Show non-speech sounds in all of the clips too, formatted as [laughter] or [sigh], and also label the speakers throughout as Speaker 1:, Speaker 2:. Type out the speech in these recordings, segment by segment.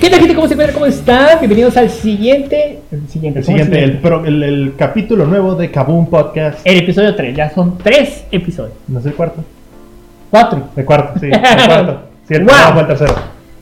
Speaker 1: ¿Qué tal, gente? ¿Cómo se encuentran? ¿Cómo están? Bienvenidos al siguiente. El siguiente,
Speaker 2: El
Speaker 1: ¿cómo es
Speaker 2: siguiente, el, Eh. pro- el- el capítulo nuevo de Kaboom Podcast.
Speaker 1: El episodio 3. Ya son 3 episodios.
Speaker 2: No es el cuarto.
Speaker 1: 4.
Speaker 2: El cuarto, sí. El [laughs] cuarto. Sí, el,
Speaker 1: Wow.
Speaker 2: no, fue el tercero.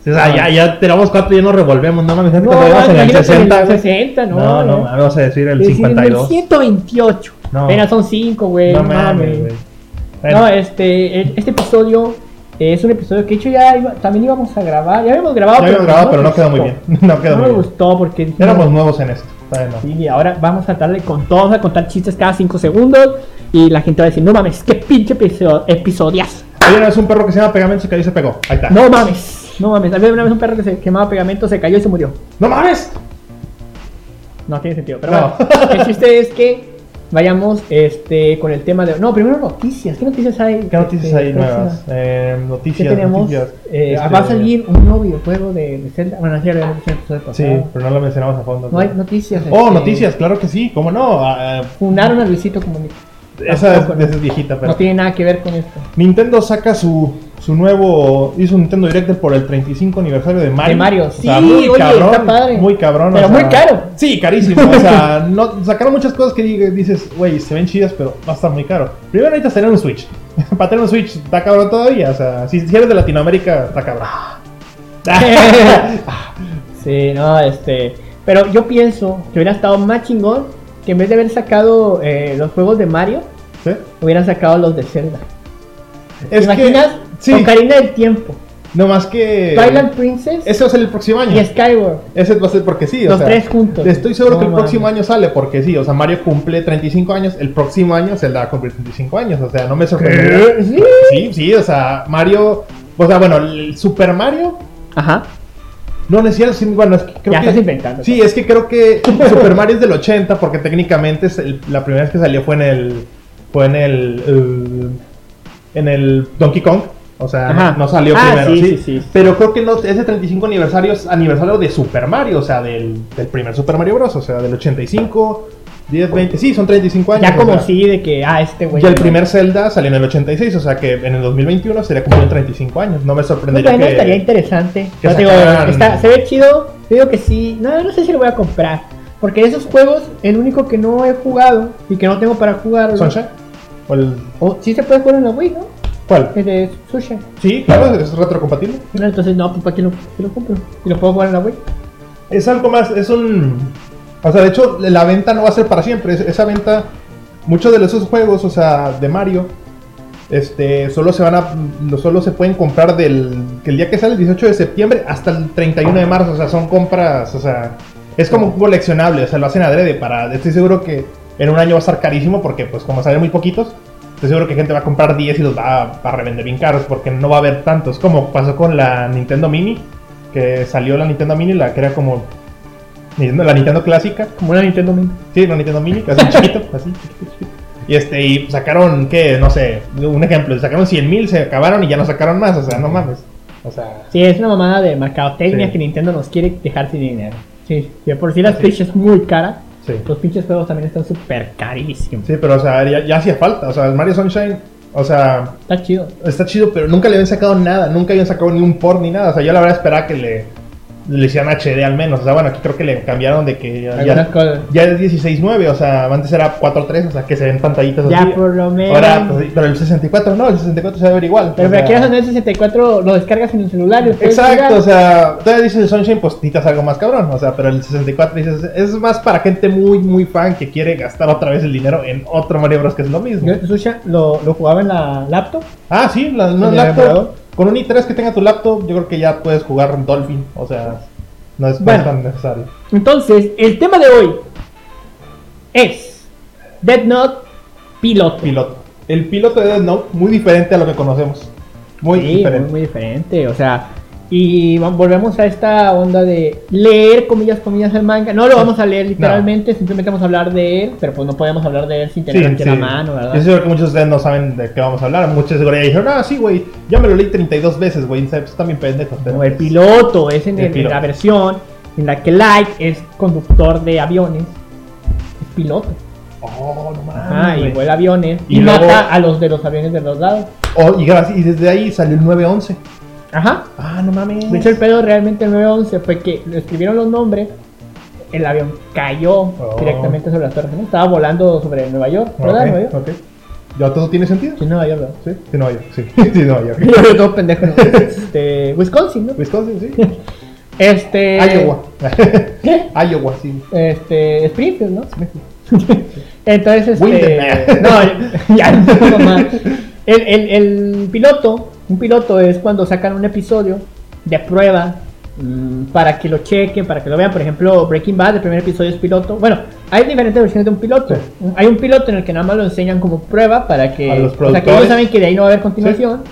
Speaker 2: Sí, o sea, Ah, ya, ya tiramos cuatro y ya nos revolvemos. No mames, gente, cuando vamos en el 60. güey.
Speaker 1: 60, no.
Speaker 2: No, no,
Speaker 1: güey.
Speaker 2: mames, vamos a decir el
Speaker 1: Es decir,
Speaker 2: 52.
Speaker 1: 128.
Speaker 2: No.
Speaker 1: Apenas son 5, güey.
Speaker 2: No
Speaker 1: no
Speaker 2: mames, eh,
Speaker 1: mames.
Speaker 2: güey.
Speaker 1: No,
Speaker 2: Bueno,
Speaker 1: este, el- este episodio es un episodio que de hecho ya iba- también íbamos a grabar. Ya habíamos grabado.
Speaker 2: ya habíamos grabado, pero no
Speaker 1: nos
Speaker 2: quedó muy bien. [laughs]
Speaker 1: gustó.
Speaker 2: No quedó
Speaker 1: No me
Speaker 2: muy bien.
Speaker 1: gustó porque dijimos,
Speaker 2: Éramos nuevos en esto. todavía no.
Speaker 1: Sí, y ahora vamos a darle con todo, vamos a contar chistes cada 5 segundos y la gente va a decir, no mames, qué pinche episodio, episodias.
Speaker 2: Hay una vez un perro que se llama Pegamento y que ahí se pegó. Ahí está.
Speaker 1: No mames, no mames. Había una vez un perro que se quemaba pegamento, se cayó y se murió.
Speaker 2: ¡No mames!
Speaker 1: No tiene sentido, pero
Speaker 2: No.
Speaker 1: bueno, el chiste es que vayamos este con el tema de... No, primero noticias, ¿qué noticias hay?
Speaker 2: ¿Qué noticias
Speaker 1: Este,
Speaker 2: hay nuevas?
Speaker 1: próxima?
Speaker 2: Eh,
Speaker 1: ¿Qué
Speaker 2: noticias,
Speaker 1: tenemos?
Speaker 2: noticias.
Speaker 1: Eh,
Speaker 2: Este,
Speaker 1: Va a salir un nuevo videojuego de, de Zelda. Bueno, sí, ya lo habíamos dicho en el episodio
Speaker 2: Sí,
Speaker 1: pasado.
Speaker 2: pero Ah. no lo mencionamos a fondo.
Speaker 1: No hay noticias.
Speaker 2: Oh,
Speaker 1: este,
Speaker 2: noticias, claro que sí, cómo no. ah, ah,
Speaker 1: Funaron a Luisito Comunica.
Speaker 2: esa es,
Speaker 1: Tampoco,
Speaker 2: esa es viejita, pero.
Speaker 1: No tiene nada que ver con esto.
Speaker 2: Nintendo saca su, su nuevo. Hizo un Nintendo Direct por el 35 aniversario de Mario.
Speaker 1: De Mario,
Speaker 2: O sea,
Speaker 1: sí, oye, está padre.
Speaker 2: Muy cabrón.
Speaker 1: Pero
Speaker 2: o
Speaker 1: muy
Speaker 2: sea,
Speaker 1: caro.
Speaker 2: Sí, carísimo. o
Speaker 1: [laughs]
Speaker 2: sea, no, sacaron muchas cosas que diga- dices, güey, se ven chidas, pero va a estar muy caro. Primero necesitas tener un Switch. [laughs] Para tener un Switch está cabrón todavía. O sea, si, si eres de Latinoamérica,
Speaker 1: [laughs]
Speaker 2: está cabrón. [laughs]
Speaker 1: Sí, no, este. Pero yo pienso que hubiera estado más chingón que en vez de haber sacado eh, los juegos de Mario,
Speaker 2: ¿Sí?
Speaker 1: hubieran sacado los de Zelda. ¿Te
Speaker 2: Es que-
Speaker 1: imaginas?
Speaker 2: sí.
Speaker 1: Ocarina del Tiempo,
Speaker 2: No más que.
Speaker 1: Twilight Princess
Speaker 2: Ese va a ser el próximo año.
Speaker 1: y Skyward.
Speaker 2: Ese va a ser porque sí. o
Speaker 1: Los
Speaker 2: sea,
Speaker 1: tres juntos.
Speaker 2: Estoy seguro
Speaker 1: No
Speaker 2: que el
Speaker 1: mames.
Speaker 2: próximo año sale porque sí. O sea, Mario cumple 35 años. El próximo año se le va a cumplir 35 años. O sea, no me sorprende.
Speaker 1: ¿Sí?
Speaker 2: Sí, sí, o sea, Mario. O sea, bueno, el Super Mario.
Speaker 1: Ajá.
Speaker 2: No, no es cierto. sí, Bueno, es que creo
Speaker 1: Ya
Speaker 2: que.
Speaker 1: estás inventando.
Speaker 2: Sí, es que creo que Super Mario es del 80 porque técnicamente es el- la primera vez que salió fue en el. Fue en el. eh, en el Donkey Kong. O sea,
Speaker 1: Ajá.
Speaker 2: no salió
Speaker 1: Ah,
Speaker 2: primero.
Speaker 1: sí,
Speaker 2: Sí,
Speaker 1: sí, sí.
Speaker 2: Pero creo que no, ese 35 aniversario es aniversario de Super Mario, o sea, del, del primer Super Mario Bros. O sea, del 85, 10, 20. Sí, son 35 años.
Speaker 1: Ya como
Speaker 2: o sea.
Speaker 1: sí de que, ah, este güey.
Speaker 2: Y el primer Zelda salió en el 86, o sea que en el 2021 sería como 35 años. No me
Speaker 1: Pues
Speaker 2: sorprendería
Speaker 1: bueno,
Speaker 2: que...
Speaker 1: estaría interesante.
Speaker 2: que
Speaker 1: Yo digo,
Speaker 2: sacaran-
Speaker 1: está- se ve chido. Yo digo que sí. No, no sé si lo voy a comprar. Porque esos juegos, el único que no he jugado y que no tengo para jugarlo.
Speaker 2: ¿Sunshine? ¿O el-
Speaker 1: O sí se puede jugar en la Wii, ¿no?
Speaker 2: ¿Cuál?
Speaker 1: El de Sushi.
Speaker 2: Sí, claro, es retrocompatible.
Speaker 1: No, entonces no, pues para qué lo, para qué lo compro. Y lo puedo jugar en la Wii.
Speaker 2: Es algo más, es un... O sea, de hecho, la venta no va a ser para siempre. Es- Esa venta, muchos de esos juegos, o sea, de Mario, este, solo se van a, lo- solo se pueden comprar del que el día que sale, el 18 de septiembre, hasta el 31 de marzo. O sea, son compras, o sea, es como un coleccionable. O sea, lo hacen adrede para. Estoy seguro que en un año va a estar carísimo porque, pues, como salen muy poquitos, estoy seguro que gente va a comprar 10 y los va a, a revender bien caros porque no va a haber tantos. Como pasó con la Nintendo Mini, que salió la Nintendo Mini, la que era como Nintendo- la Nintendo clásica.
Speaker 1: Como una Nintendo Mini.
Speaker 2: Sí, la Nintendo Mini, casi chiquito, [laughs] así. chiquito, chiquito. Y este, y sacaron, ¿qué? No sé, un ejemplo, sacaron 100 mil, se acabaron y ya no sacaron más, o sea, no mames. O sea,
Speaker 1: Sí, es una mamada de mercadotecnia
Speaker 2: Sí.
Speaker 1: que Nintendo nos quiere dejar sin dinero. Sí, de por sí la Switch es muy cara.
Speaker 2: sí.
Speaker 1: Los pinches juegos también están súper carísimos.
Speaker 2: Sí, pero, o sea, ya, ya hacía falta, o sea, el Mario Sunshine, o sea,
Speaker 1: Está chido.
Speaker 2: está chido, pero nunca le habían sacado nada, nunca habían sacado ni un port ni nada, o sea, yo la verdad esperaba que le, le hicieran HD al menos, o sea, bueno, aquí creo que le cambiaron de que ya,
Speaker 1: Algunas
Speaker 2: ya,
Speaker 1: cosas.
Speaker 2: ya es 16.9, o sea, antes era 4.3, o sea, que se ven pantallitas
Speaker 1: Ya,
Speaker 2: así.
Speaker 1: por lo menos.
Speaker 2: Pues Ahora, pues, pero el 64 no, el 64 se va a ver igual.
Speaker 1: Pero
Speaker 2: o
Speaker 1: para
Speaker 2: sea,
Speaker 1: que hagas en el 64 lo descargas en el celular y lo puedes
Speaker 2: Exacto,
Speaker 1: jugar.
Speaker 2: o sea, todavía dices el Sunshine, pues necesitas algo más cabrón, o sea, pero el 64 dices, es más para gente muy, muy fan que quiere gastar otra vez el dinero en otro Mario Bros. que es lo mismo.
Speaker 1: Yo Susha lo, lo jugaba en la laptop.
Speaker 2: Ah, sí, la, no,
Speaker 1: ¿En el
Speaker 2: laptop,
Speaker 1: emulador?
Speaker 2: con un i3 que tenga tu laptop, yo creo que ya puedes jugar Dolphin, o sea, no es no
Speaker 1: Bueno.
Speaker 2: es tan necesario.
Speaker 1: Entonces, el tema de hoy es Dead Note Piloto.
Speaker 2: Piloto. El piloto de Death Note, muy diferente a lo que conocemos. Muy
Speaker 1: Sí,
Speaker 2: diferente.
Speaker 1: Muy, muy diferente, o sea. Y va- volvemos a esta onda de leer comillas, comillas el manga. No lo vamos a leer literalmente, simplemente vamos a hablar de él, pero pues no podemos hablar de él sin tener aquí la mano,
Speaker 2: Yo
Speaker 1: ¿verdad?
Speaker 2: estoy seguro que muchos de ustedes no saben de qué vamos a hablar. Muchos seguro ya dijeron, ah, sí, güey, ya me lo leí 32 veces, güey. Ustedes también pendejos.
Speaker 1: No, el piloto es en,
Speaker 2: El
Speaker 1: el- en
Speaker 2: piloto.
Speaker 1: la versión en la que Light es conductor de aviones. Es piloto.
Speaker 2: Oh, no mames.
Speaker 1: Ah, y
Speaker 2: güey.
Speaker 1: vuela aviones.
Speaker 2: Y
Speaker 1: Y,
Speaker 2: luego-
Speaker 1: mata a los de los aviones de los lados.
Speaker 2: Oh, y, gracias- y desde ahí salió el 911.
Speaker 1: Ajá.
Speaker 2: Ah, no mames.
Speaker 1: De hecho, el pedo realmente el 911 fue que le escribieron los nombres, el avión cayó
Speaker 2: Oh.
Speaker 1: directamente sobre las torres. ¿no? Estaba volando sobre Nueva York,
Speaker 2: Ok,
Speaker 1: ¿verdad? eh? Nueva York.
Speaker 2: ok. ¿Ya todo tiene sentido?
Speaker 1: Sí, Nueva York, ¿verdad?
Speaker 2: Sí, sí, Nueva York, sí. [laughs] Sí, Nueva York.
Speaker 1: [laughs] Yo todo pendejo.
Speaker 2: [laughs]
Speaker 1: ¿no? Este, Wisconsin, ¿no?
Speaker 2: Wisconsin, sí.
Speaker 1: Este.
Speaker 2: Iowa.
Speaker 1: ¿Qué?
Speaker 2: [laughs] Iowa, sí.
Speaker 1: Este, Springfield,
Speaker 2: [laughs]
Speaker 1: ¿no? Entonces, este. [laughs]
Speaker 2: Winden.
Speaker 1: No, ya, no, mamá. El, el, el piloto, un piloto es cuando sacan un episodio de prueba mm, para que lo chequen, para que lo vean. Por ejemplo, Breaking Bad, el primer episodio es piloto. Bueno, hay diferentes versiones de un piloto.
Speaker 2: Sí.
Speaker 1: Hay un piloto en el que nada más lo enseñan como prueba para que.
Speaker 2: A los
Speaker 1: o sea, que ellos
Speaker 2: productores.
Speaker 1: saben que de ahí no va a haber continuación.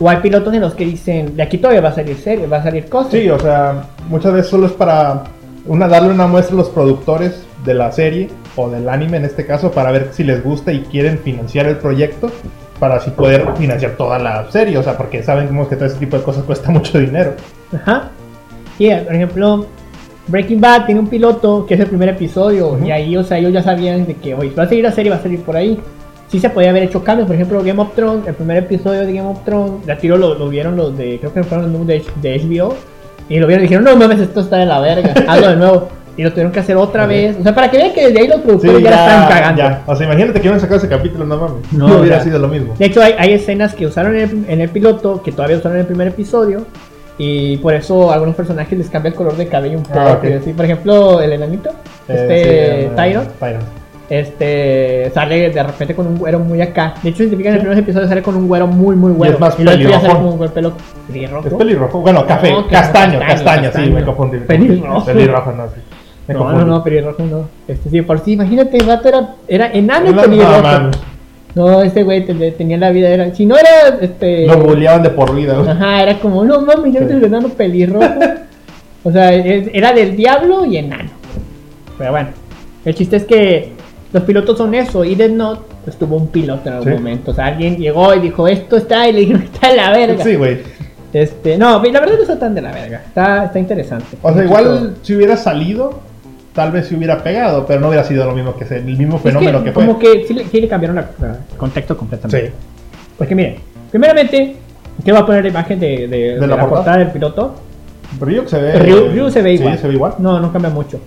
Speaker 1: O hay pilotos en los que dicen, de aquí todavía va a salir serie, va a salir cosas.
Speaker 2: Sí, o sea, muchas veces solo es para una, darle una muestra a los productores de la serie o del anime en este caso para ver si les gusta y quieren financiar el proyecto para así poder financiar toda la serie, o sea, porque saben como que todo ese tipo de cosas cuesta [laughs] mucho dinero.
Speaker 1: Ajá. Sí, por ejemplo, Breaking Bad tiene un piloto que es el primer episodio
Speaker 2: Ujú.
Speaker 1: y ahí, o sea, ellos ya sabían de que, oye, va a seguir la serie, va a salir por ahí. Sí se podía haber hecho cambios, por ejemplo, Game of Thrones, el primer episodio de Game of Thrones, la tiro lo, lo vieron los de, creo que fueron los de, de HBO, y lo vieron y dijeron, no mames, esto está de la verga, [laughs] hazlo de nuevo. Y lo tuvieron que hacer otra
Speaker 2: Ok.
Speaker 1: vez, o sea, para que vean que desde ahí los productores ya, la estaban cagando.
Speaker 2: ya. O sea, imagínate que hubieran sacado ese capítulo, no mames.
Speaker 1: No,
Speaker 2: No, hubiera
Speaker 1: ya.
Speaker 2: sido lo mismo.
Speaker 1: De hecho, hay, hay escenas que usaron en el, en el piloto, que todavía usaron en el primer episodio, y por eso a algunos personajes les cambia el color de cabello un poco.
Speaker 2: Ah, ok.
Speaker 1: y así. Por ejemplo, el enanito, este
Speaker 2: Eh, sí, eh,
Speaker 1: Tyron, este, sale de repente con un güero muy acá. De hecho, si te fijas, en el
Speaker 2: Sí.
Speaker 1: primer episodio sale con un güero muy, muy güero.
Speaker 2: es más
Speaker 1: y luego ya sale
Speaker 2: pelirrojón.
Speaker 1: con un güero pelo
Speaker 2: Es
Speaker 1: pelirrojo.
Speaker 2: pelirrojo. Bueno, café,
Speaker 1: No, que no,
Speaker 2: castaño,
Speaker 1: castaño,
Speaker 2: castaño, sí,
Speaker 1: castaño.
Speaker 2: me confundí.
Speaker 1: Pelirrojo.
Speaker 2: Pelirrojo, no, sí. Me
Speaker 1: No,
Speaker 2: confundí.
Speaker 1: no, no, pelirrojo no. Este, sí, por sí, imagínate, el vato era, era enano y
Speaker 2: Ah, No,
Speaker 1: pelirrojo.
Speaker 2: no, man,
Speaker 1: No, este güey te- tenía la vida, era, si no era, este...
Speaker 2: Lo bulleaban de por vida,
Speaker 1: [laughs]
Speaker 2: güey.
Speaker 1: Ajá, era como, no mami, yo
Speaker 2: Sí.
Speaker 1: soy el enano
Speaker 2: [laughs]
Speaker 1: pelirrojo. o sea, e- era del diablo y enano. Pero bueno, el chiste es que los pilotos son eso. Y Death Note, pues tuvo un piloto en algún
Speaker 2: Sí.
Speaker 1: momento. O sea, alguien llegó y dijo, esto está, y le dijeron, está de la verga.
Speaker 2: Sí, güey.
Speaker 1: Este, no, la verdad no está tan de la verga. Está, está interesante.
Speaker 2: O sea, igual si hubiera salido, tal vez se hubiera pegado, pero no hubiera sido lo mismo que se- el mismo
Speaker 1: Es
Speaker 2: fenómeno que, fue.
Speaker 1: Como que sí le, sí le cambiaron la- la- el contexto completamente.
Speaker 2: Sí.
Speaker 1: Porque miren, primeramente, ¿qué va a poner la imagen de, de- de
Speaker 2: la
Speaker 1: la
Speaker 2: portada?
Speaker 1: portada del piloto?
Speaker 2: Ryu se ve.
Speaker 1: Ryu, Ryu se ve igual.
Speaker 2: Eh, Sí, se ve igual.
Speaker 1: No, no cambia mucho.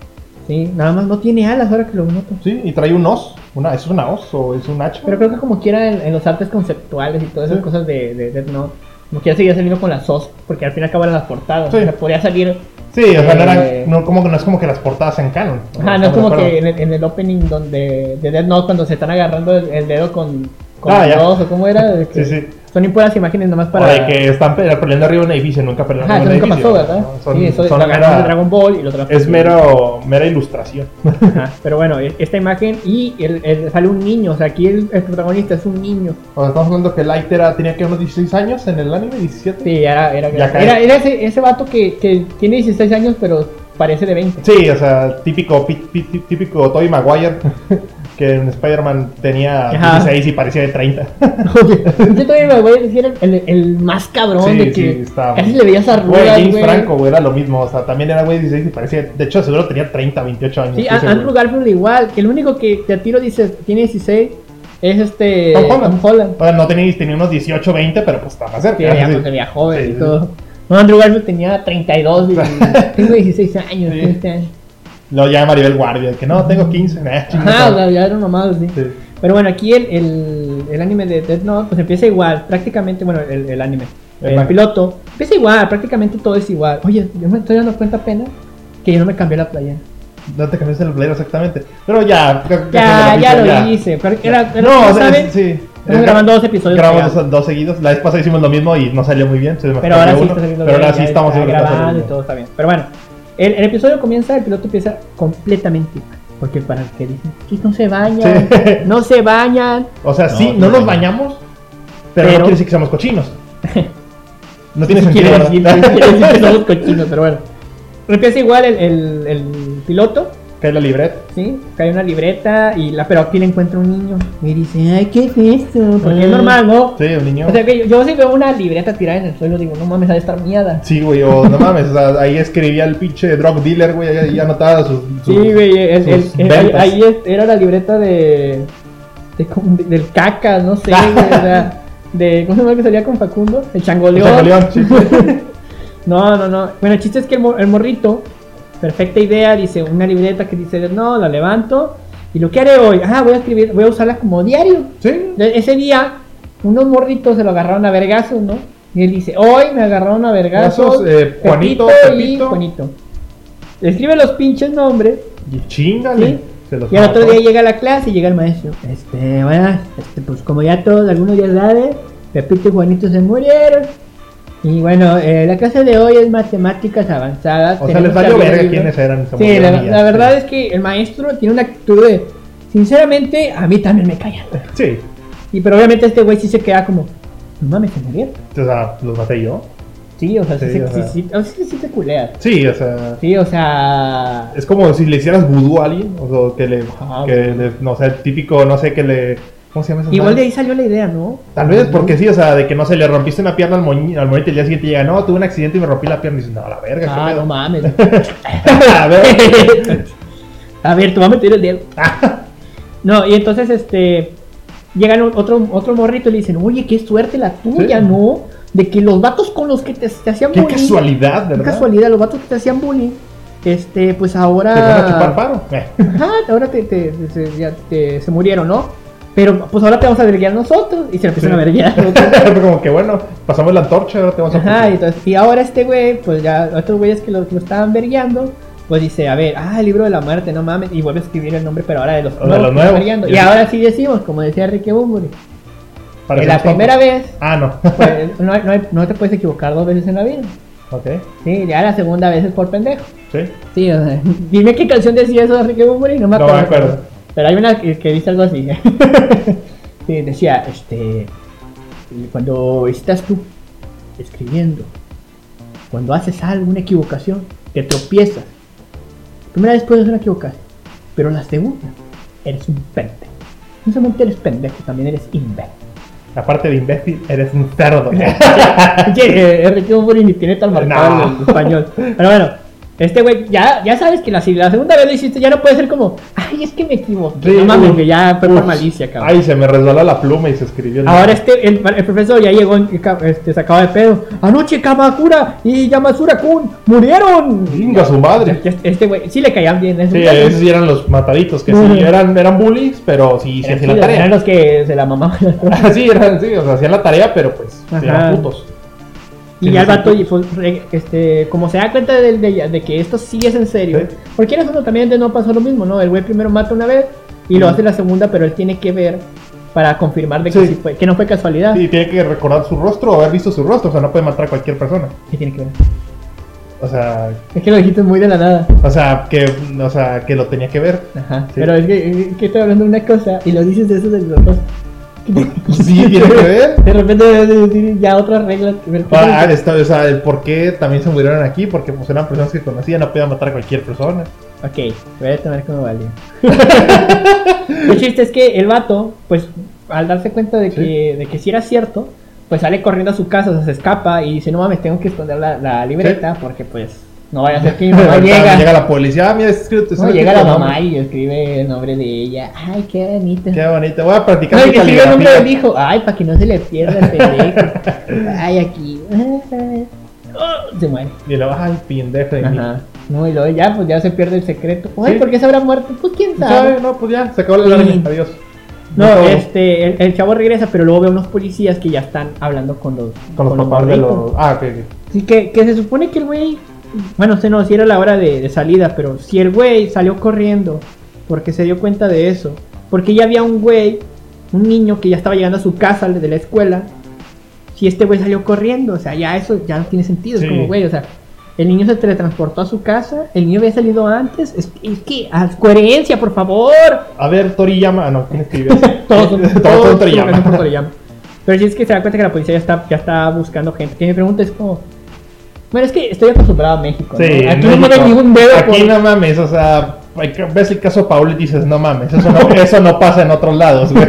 Speaker 1: Sí, nada más no tiene alas ahora que lo noto.
Speaker 2: Sí, y trae un os. Una, ¿Es una os o es un hacha?
Speaker 1: Pero creo que como quiera en, en los artes conceptuales y todas esas
Speaker 2: Sí.
Speaker 1: cosas de, de Death Note, como quiera seguía saliendo con las SOS, porque al fin acaban las portadas.
Speaker 2: Sí.
Speaker 1: O sea, podía salir.
Speaker 2: Sí, o sea, no, era-
Speaker 1: Eh.
Speaker 2: no, como, que- no es como que las portadas en canon.
Speaker 1: Ajá, no es
Speaker 2: Estamos de
Speaker 1: como
Speaker 2: acuerdo.
Speaker 1: que en el, en el opening donde de Death Note cuando se están agarrando el, el dedo con, con
Speaker 2: Ah, ya.
Speaker 1: los dos, o cómo era. de que
Speaker 2: Sí, sí.
Speaker 1: Son impuras imágenes nomás
Speaker 2: O
Speaker 1: para.
Speaker 2: de que están pe- peleando arriba de un edificio, nunca peleando
Speaker 1: Ajá, eso
Speaker 2: arriba de
Speaker 1: nunca
Speaker 2: un
Speaker 1: pasó,
Speaker 2: edificio.
Speaker 1: ¿verdad?
Speaker 2: ¿no? Son,
Speaker 1: sí, eso de
Speaker 2: son
Speaker 1: lo agarraron de
Speaker 2: mera,
Speaker 1: Dragon Ball y lo trajo.
Speaker 2: es mero, mera ilustración.
Speaker 1: Ajá, Pero bueno, e- esta imagen y el- el- sale un niño, o sea, aquí el- el protagonista es un niño.
Speaker 2: O sea, estamos hablando que Light era, tenía que unos 16 años en el anime, 17.
Speaker 1: Sí, era, era,
Speaker 2: Ya cae.
Speaker 1: era, era ese, ese vato que, que tiene 16 años, pero parece de 20.
Speaker 2: Sí, o sea, típico, pi- pi- pi- típico Tobey Maguire, [laughs] que en Spider-Man tenía
Speaker 1: Ajá.
Speaker 2: 16 y parecía
Speaker 1: [laughs]
Speaker 2: de 30.
Speaker 1: Yo todavía me voy a decir el, el- el más cabrón
Speaker 2: Sí,
Speaker 1: de
Speaker 2: sí,
Speaker 1: que
Speaker 2: está-
Speaker 1: casi le veías arrugas,
Speaker 2: Güey,
Speaker 1: güey.
Speaker 2: James Franco, güey, era lo mismo, o sea, también era güey 16 y parecía, de hecho seguro tenía 30, 28 años.
Speaker 1: Sí,
Speaker 2: estoy
Speaker 1: a-
Speaker 2: seguro.
Speaker 1: Andrew Garfield igual, que el único que te atiro dice tiene 16 es este...
Speaker 2: Tom Holland.
Speaker 1: Tom Holland,
Speaker 2: O sea, no tenía, tenía unos 18, 20, pero pues estaba cerca.
Speaker 1: que ya,
Speaker 2: sí.
Speaker 1: pues, se veía joven
Speaker 2: Sí,
Speaker 1: y
Speaker 2: sí.
Speaker 1: todo. No, Andrew Garfield tenía 32
Speaker 2: [laughs]
Speaker 1: y tengo 16 años.
Speaker 2: Sí.
Speaker 1: 15 años.
Speaker 2: Luego ya Maribel Guardia, que no, tengo 15. nah,
Speaker 1: Ajá, o
Speaker 2: chingada.
Speaker 1: sea, ya era nomás, sí.
Speaker 2: Sí.
Speaker 1: Pero bueno, aquí el, el, el anime de Death Note pues empieza igual, prácticamente, bueno, el, el anime,
Speaker 2: El
Speaker 1: el,
Speaker 2: manga.
Speaker 1: piloto, empieza igual, prácticamente todo es igual. Oye, yo me estoy dando cuenta apenas que yo no me cambié la playa.
Speaker 2: No te cambiaste el player exactamente. Pero ya. creo que
Speaker 1: Ya,
Speaker 2: se
Speaker 1: ya lo
Speaker 2: hizo,
Speaker 1: hice, pero era, era-
Speaker 2: No,
Speaker 1: ¿no
Speaker 2: o sea,
Speaker 1: saben?
Speaker 2: es- sí. eh,
Speaker 1: Estamos grabando dos episodios
Speaker 2: Grabamos
Speaker 1: pegados.
Speaker 2: dos, dos seguidos. La vez pasada hicimos lo mismo y no salió muy bien. se me
Speaker 1: pero ahora
Speaker 2: perdió
Speaker 1: sí,
Speaker 2: uno,
Speaker 1: está saliendo
Speaker 2: pero
Speaker 1: bien,
Speaker 2: ahora sí
Speaker 1: ya
Speaker 2: estamos
Speaker 1: está
Speaker 2: seguro que está
Speaker 1: grabando y
Speaker 2: saliendo
Speaker 1: todo está bien. Pero bueno, el, el episodio comienza, el piloto empieza completamente igual, porque para el que dicen, que no se bañan,
Speaker 2: Sí.
Speaker 1: no se bañan,
Speaker 2: O sea,
Speaker 3: No,
Speaker 2: sí,
Speaker 3: sí,
Speaker 2: no nos
Speaker 3: no.
Speaker 2: bañamos, [laughs] pero, no
Speaker 1: Pero-
Speaker 2: quiere decir que seamos cochinos.
Speaker 1: [laughs]
Speaker 2: No tiene
Speaker 1: Eso
Speaker 2: sentido.
Speaker 1: quiere
Speaker 2: ¿verdad?
Speaker 1: decir, quiere decir que
Speaker 2: [laughs]
Speaker 1: somos cochinos, pero bueno. Empieza igual el, el- el piloto,
Speaker 2: Que es la libreta.
Speaker 1: ¿sí? Cae una libreta, y la, pero aquí le encuentra un niño. Y dice, ay, ¿qué es esto? Porque es
Speaker 2: Mm.
Speaker 1: normal, ¿no?
Speaker 2: Sí, un niño.
Speaker 1: O sea, que yo, yo si veo una libreta tirada en el suelo, digo, no mames, ha de estar miada.
Speaker 2: Sí, güey, o no mames, o sea, ahí escribía el pinche drug dealer, güey, ahí- ahí anotaba sus.
Speaker 1: Sí,
Speaker 2: sus-
Speaker 1: güey, el- el-
Speaker 2: sus
Speaker 1: el- ahí,
Speaker 2: ventas. [laughs]
Speaker 1: ahí es- era la libreta de, de como- de- del caca, no sé, güey, o sea, de ¿cómo se llama el que salía con Facundo? El changoleón.
Speaker 2: Changoleón, sí.
Speaker 1: no, no, no. Bueno, el chiste es que el, mo- el morrito, perfecta idea, dice una libreta que dice, no, la levanto. Y lo que haré hoy, ah, voy a escribir, voy a usarla como diario. [laughs]
Speaker 2: Sí.
Speaker 1: De- Ese día, unos morritos se lo agarraron a vergazos, ¿no? Y él dice, hoy me agarraron a vergazos.
Speaker 2: Vergazos, eh, Juanito,
Speaker 1: y
Speaker 2: Pepito.
Speaker 1: Juanito. Le escribe los pinches nombres.
Speaker 2: Y chingale.
Speaker 1: Sí.
Speaker 2: Se los
Speaker 1: Y al otro
Speaker 2: mató.
Speaker 1: día llega a la clase y llega el maestro. Este, bueno, este, pues como ya todos, algunos ya saben, Pepito y Juanito se murieron. Y bueno, eh, la clase de hoy es matemáticas avanzadas.
Speaker 2: O sea,
Speaker 1: Tenemos
Speaker 2: les valió
Speaker 1: que abrir
Speaker 2: verga
Speaker 1: el libro.
Speaker 2: quiénes eran. se
Speaker 1: Sí,
Speaker 2: murieron
Speaker 1: la,
Speaker 2: y ya,
Speaker 1: la
Speaker 2: sí.
Speaker 1: verdad es que el maestro tiene una actitud de, sinceramente, a mí también me callan.
Speaker 2: Sí.
Speaker 1: Y pero obviamente este güey sí se queda como, no mames, se murieron.
Speaker 2: O sea, los maté yo.
Speaker 1: Sí, o sea, sí,
Speaker 2: Sí,
Speaker 1: se-
Speaker 2: o sea.
Speaker 1: sí, sí- o sea, sí se culea.
Speaker 2: Sí, o sea.
Speaker 1: Sí, o sea...
Speaker 2: Es como si le hicieras vudú a alguien. O sea, que le.
Speaker 1: Ah,
Speaker 2: que
Speaker 1: bueno.
Speaker 2: le- no sé, el típico, no sé, que le. ¿Cómo se llama esa
Speaker 1: Igual de
Speaker 2: madre?
Speaker 1: ahí salió la idea, ¿no?
Speaker 2: Tal vez porque sí, o sea, de que no se le rompiste una pierna al, moñi, al moñito y el día siguiente llega, no, tuve un accidente y me rompí la pierna. Y dices, no, la verga, qué
Speaker 1: Ah,
Speaker 2: pedo".
Speaker 1: no mames.
Speaker 2: [laughs] A ver.
Speaker 1: A ver, te voy a meter el
Speaker 2: [laughs]
Speaker 1: dedo. No, y entonces este llegan un- otro, otro morrito y le dicen, oye, qué suerte la tuya,
Speaker 2: Sí.
Speaker 1: ¿no? De que los vatos con los que te, te hacían
Speaker 2: Qué
Speaker 1: bullying.
Speaker 2: casualidad,
Speaker 1: Qué
Speaker 2: ¿verdad?
Speaker 1: casualidad, los vatos que te hacían bullying. Este, pues
Speaker 2: Te van a chupar
Speaker 1: ahora.
Speaker 2: paro. [laughs] Eh.
Speaker 1: Ajá, ahora te, te- te- se- ya te- se murieron, ¿no? Pero pues ahora te vamos a verguear nosotros. Y se empiezan
Speaker 2: Sí.
Speaker 1: a verguear. ¿no?
Speaker 2: como que bueno, pasamos la antorcha, ahora te vamos a
Speaker 1: Ajá, y, entonces- y ahora este güey, pues ya, otros güeyes que lo, que lo estaban vergueando, pues dice, a ver, ah, el libro de la muerte, no mames, y vuelve a escribir el nombre, pero ahora de los,
Speaker 2: Ahora de los
Speaker 1: que están
Speaker 2: nuevos.
Speaker 1: vergueando. Y
Speaker 2: Ya.
Speaker 1: ahora sí decimos, como decía Ricky Bumburi, que
Speaker 2: Parecemos
Speaker 1: la primera
Speaker 2: tontos.
Speaker 1: vez,
Speaker 2: Ah, no. [laughs]
Speaker 1: pues, no, hay- no hay- no te puedes equivocar dos veces en la vida.
Speaker 2: ok,
Speaker 1: Sí, ya la segunda vez es por pendejo.
Speaker 2: sí.
Speaker 1: Sí, o sea, [laughs] dime qué canción decía eso de Ricky Bumburi, no me
Speaker 2: No
Speaker 1: acuerdo.
Speaker 2: me acuerdo.
Speaker 1: Pero hay una que, que dice algo así. [laughs] sí, decía, este. Cuando estás tú escribiendo, cuando haces algo, una equivocación, te tropiezas. La primera vez puedes hacer una equivocación, pero la segunda, eres un pendejo. No solamente eres pendejo, también eres imbécil.
Speaker 2: Aparte de imbécil, eres un cerdo.
Speaker 1: [laughs] Che, Enrique Bunbury ni tiene tan marcado
Speaker 2: No.
Speaker 1: el español. Pero bueno, este güey, ya, ya sabes que la, si la segunda vez lo hiciste, ya no puede ser como, ay, es que me equivoqué.
Speaker 2: Sí,
Speaker 1: no mames,
Speaker 2: uy,
Speaker 1: que ya fue
Speaker 2: uy.
Speaker 1: por malicia, cabrón.
Speaker 2: Ay, se me resbaló la pluma y se escribió el
Speaker 1: Ahora
Speaker 2: nombre.
Speaker 1: este, el, el profesor ya llegó, en- este, sacado de pedo. Anoche Kamakura y Yamasura Kun murieron.
Speaker 2: Chinga su madre.
Speaker 1: Ya- Este güey, sí le caían bien. esos
Speaker 2: Sí,
Speaker 1: güeyes.
Speaker 2: esos sí eran los mataditos, que
Speaker 1: Ujú.
Speaker 2: sí, eran, eran bullies, pero sí, sí
Speaker 1: Eran
Speaker 2: hacían la
Speaker 1: chidos, eran
Speaker 2: tarea.
Speaker 1: los que se la mamaban.
Speaker 2: [laughs] sí, eran, sí, o sea, hacían la tarea, pero pues, sí,
Speaker 1: Ajá.
Speaker 2: eran putos.
Speaker 1: Y
Speaker 2: Sí,
Speaker 1: ya el
Speaker 2: sí,
Speaker 1: vato,
Speaker 2: sí.
Speaker 1: y pues, re- este, como se da cuenta de, de- de que esto sí es en serio,
Speaker 2: Sí.
Speaker 1: porque en eso también de no pasó lo mismo, ¿no? El güey primero mata una vez y lo
Speaker 2: Mm.
Speaker 1: hace la segunda, pero él tiene que ver para confirmar de que,
Speaker 2: Sí.
Speaker 1: sí fue, que no fue casualidad.
Speaker 2: Sí, tiene que recordar su rostro o haber visto su rostro, o sea, no puede matar a cualquier persona.
Speaker 1: ¿Qué tiene que ver?
Speaker 2: O sea,
Speaker 1: Es que lo dijiste muy de la nada.
Speaker 2: o sea, que, o sea, que lo tenía
Speaker 1: [laughs]
Speaker 2: que ver.
Speaker 1: Ajá.
Speaker 2: Sí.
Speaker 1: Pero es que, es que estoy hablando de una cosa y lo dices de eso del otro.
Speaker 2: [laughs] Sí, tiene
Speaker 1: [laughs]
Speaker 2: que ver.
Speaker 1: De repente debes de decir ya otras reglas que ver.
Speaker 2: Ah, está- o sea, el por qué también se murieron aquí, porque pues eran personas que conocían, no podían matar a cualquier persona.
Speaker 1: Ok, voy a tomar como
Speaker 2: [laughs]
Speaker 1: válido. el chiste es que el vato, pues al darse cuenta de que, de que sí era cierto, pues sale corriendo a su casa, o sea, se escapa y dice, no mames, tengo que esconder la, la libreta porque pues no vaya a ser que
Speaker 2: [laughs]
Speaker 1: mi mamá
Speaker 2: Ahorita
Speaker 1: llega.
Speaker 2: llega la policía, ah, mira, es escrito.
Speaker 1: No, llega la mamá y escribe el nombre de ella. Ay, qué bonito. [laughs]
Speaker 2: Qué bonito, voy a practicar
Speaker 1: No, y
Speaker 2: mi
Speaker 1: que escribe el nombre del
Speaker 2: caligrafía.
Speaker 1: hijo. Ay, para que no se le pierda el
Speaker 2: [laughs]
Speaker 1: pendejo. Ay, aquí. [laughs] Oh, se muere.
Speaker 2: Y luego, ay, pendejo de mí.
Speaker 1: Ajá. No, y luego ya, pues ya se pierde el secreto. Ay,
Speaker 2: Sí.
Speaker 1: ¿por qué se habrá muerto? Pues quién
Speaker 2: ¿Sabe?
Speaker 1: sabe.
Speaker 2: No, pues ya, se acabó la larga.
Speaker 1: Sí.
Speaker 2: Adiós.
Speaker 1: No,
Speaker 2: Nos vemos.
Speaker 1: este, el, el chavo regresa, pero luego ve a unos policías que ya están hablando con los,
Speaker 2: Con los papás de
Speaker 1: morritos.
Speaker 2: los. Ah, ok, ok.
Speaker 1: Así que, que se supone que el güey, bueno, se nos si era la hora de, de salida, pero si el güey salió corriendo porque se dio cuenta de eso, porque ya había un güey, un niño que ya estaba llegando a su casa de la escuela, si este güey salió corriendo, o sea, ya eso ya no tiene sentido,
Speaker 2: Sí.
Speaker 1: es como güey, o sea, el niño se teletransportó a su casa, el niño había salido antes, es, es que, a coherencia, por favor.
Speaker 2: A ver, Toriyama. Ah, no, ¿quién escribió?
Speaker 1: [laughs] Todos son,
Speaker 2: [laughs] Todos
Speaker 1: todos
Speaker 2: son
Speaker 1: son
Speaker 2: Toriyama.
Speaker 1: por Toriyama. Pero si es que se da cuenta que la policía ya está, ya está buscando gente. Que mi pregunta es como. Bueno, es que estoy acostumbrado a México. ¿no?
Speaker 2: Sí,
Speaker 1: Aquí
Speaker 2: en
Speaker 1: no me
Speaker 2: México.
Speaker 1: ven ningún dedo. pues.
Speaker 2: Aquí
Speaker 1: por-
Speaker 2: no mames, o sea, hay que- ves el caso Paul y dices, no mames,
Speaker 1: [laughs]
Speaker 2: eso no, eso no pasa en otros lados, güey.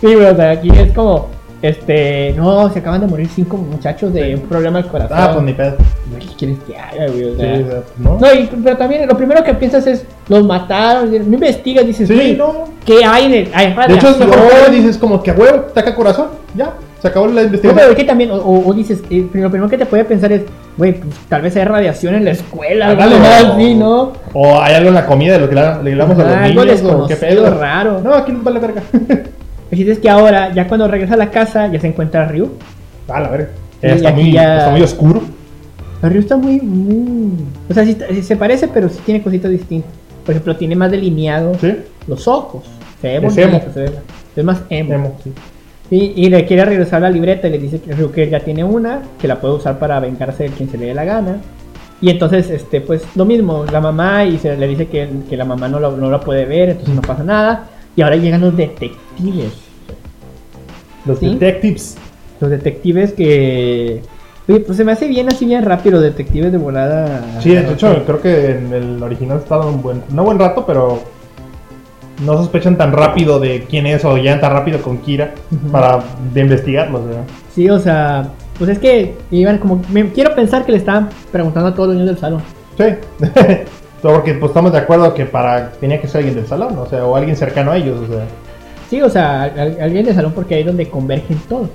Speaker 1: Sí, güey, o sea, aquí es como. Este. No, se acaban de morir cinco muchachos de un problema al corazón.
Speaker 2: Ah, pues ni pedo.
Speaker 1: ¿Qué quieres que haga, güey? O
Speaker 2: Sí,
Speaker 1: sea,
Speaker 2: o sea, pues, ¿no?
Speaker 1: No, y- pero también lo primero que piensas es. Los mataron. No investigas, dices.
Speaker 2: Sí,
Speaker 1: güey,
Speaker 2: no.
Speaker 1: ¿Qué hay en el.? hay
Speaker 2: De hecho, es
Speaker 1: radiación?
Speaker 2: mejor que dices como que a huevo, taca corazón, ya. Se acabó la
Speaker 1: No, pero
Speaker 2: investigación.
Speaker 1: es que también, o, o- o dices, eh, lo primero que te puede pensar es, güey, pues, tal vez hay radiación en la escuela, algo
Speaker 2: Ándale, no.
Speaker 1: así, ¿no?
Speaker 2: Ah, O hay algo en la comida de lo que le, le damos a los
Speaker 1: Ah, algo
Speaker 2: niños. o qué
Speaker 1: desconocido,
Speaker 2: pedo.
Speaker 1: raro.
Speaker 2: No, aquí nos vale verga. [laughs]
Speaker 1: El chiste es que ahora, ya cuando regresa a la casa, ya se encuentra a Ryu.
Speaker 2: a Ah, la verga.
Speaker 1: Sí,
Speaker 2: Ya está,
Speaker 1: aquí
Speaker 2: muy,
Speaker 1: ya-
Speaker 2: está muy oscuro.
Speaker 1: Pero Ryu está muy, muy- O sea, sí está- sí se parece, pero sí tiene cositas distintas. Por ejemplo, tiene más delineados
Speaker 2: Sí.
Speaker 1: los ojos. Se ve
Speaker 2: Es
Speaker 1: bonito,
Speaker 2: emo.
Speaker 1: se ve- es más emo.
Speaker 2: Emo, sí.
Speaker 1: Sí, y le quiere regresar la libreta y le dice que Ryu que ya tiene una, que la puede usar para vengarse de quien se le dé la gana. Y entonces, este, pues lo mismo, la mamá y se le dice que, que la mamá no la no la puede ver, entonces no pasa nada. Y ahora llegan los detectives.
Speaker 2: Los
Speaker 1: Sí.
Speaker 2: detectives.
Speaker 1: Los detectives que... Oye, pues se me hace bien así bien rápido, los detectives de volada.
Speaker 2: Sí, de hecho, creo que en el original está un buen, no buen rato, pero no sospechan tan rápido de quién es o llegan tan rápido con Kira
Speaker 1: Ujú.
Speaker 2: para de investigarlos, ¿verdad?
Speaker 1: Sí, o sea, pues es que iban como... Me, quiero pensar que le estaban preguntando a todos los niños del salón.
Speaker 2: Sí. [laughs] No, Porque pues, estamos de acuerdo que para tenía que ser alguien del salón, o sea, o alguien cercano a ellos, o sea,
Speaker 1: Sí, o sea, al- al- alguien del salón porque ahí es donde convergen todos.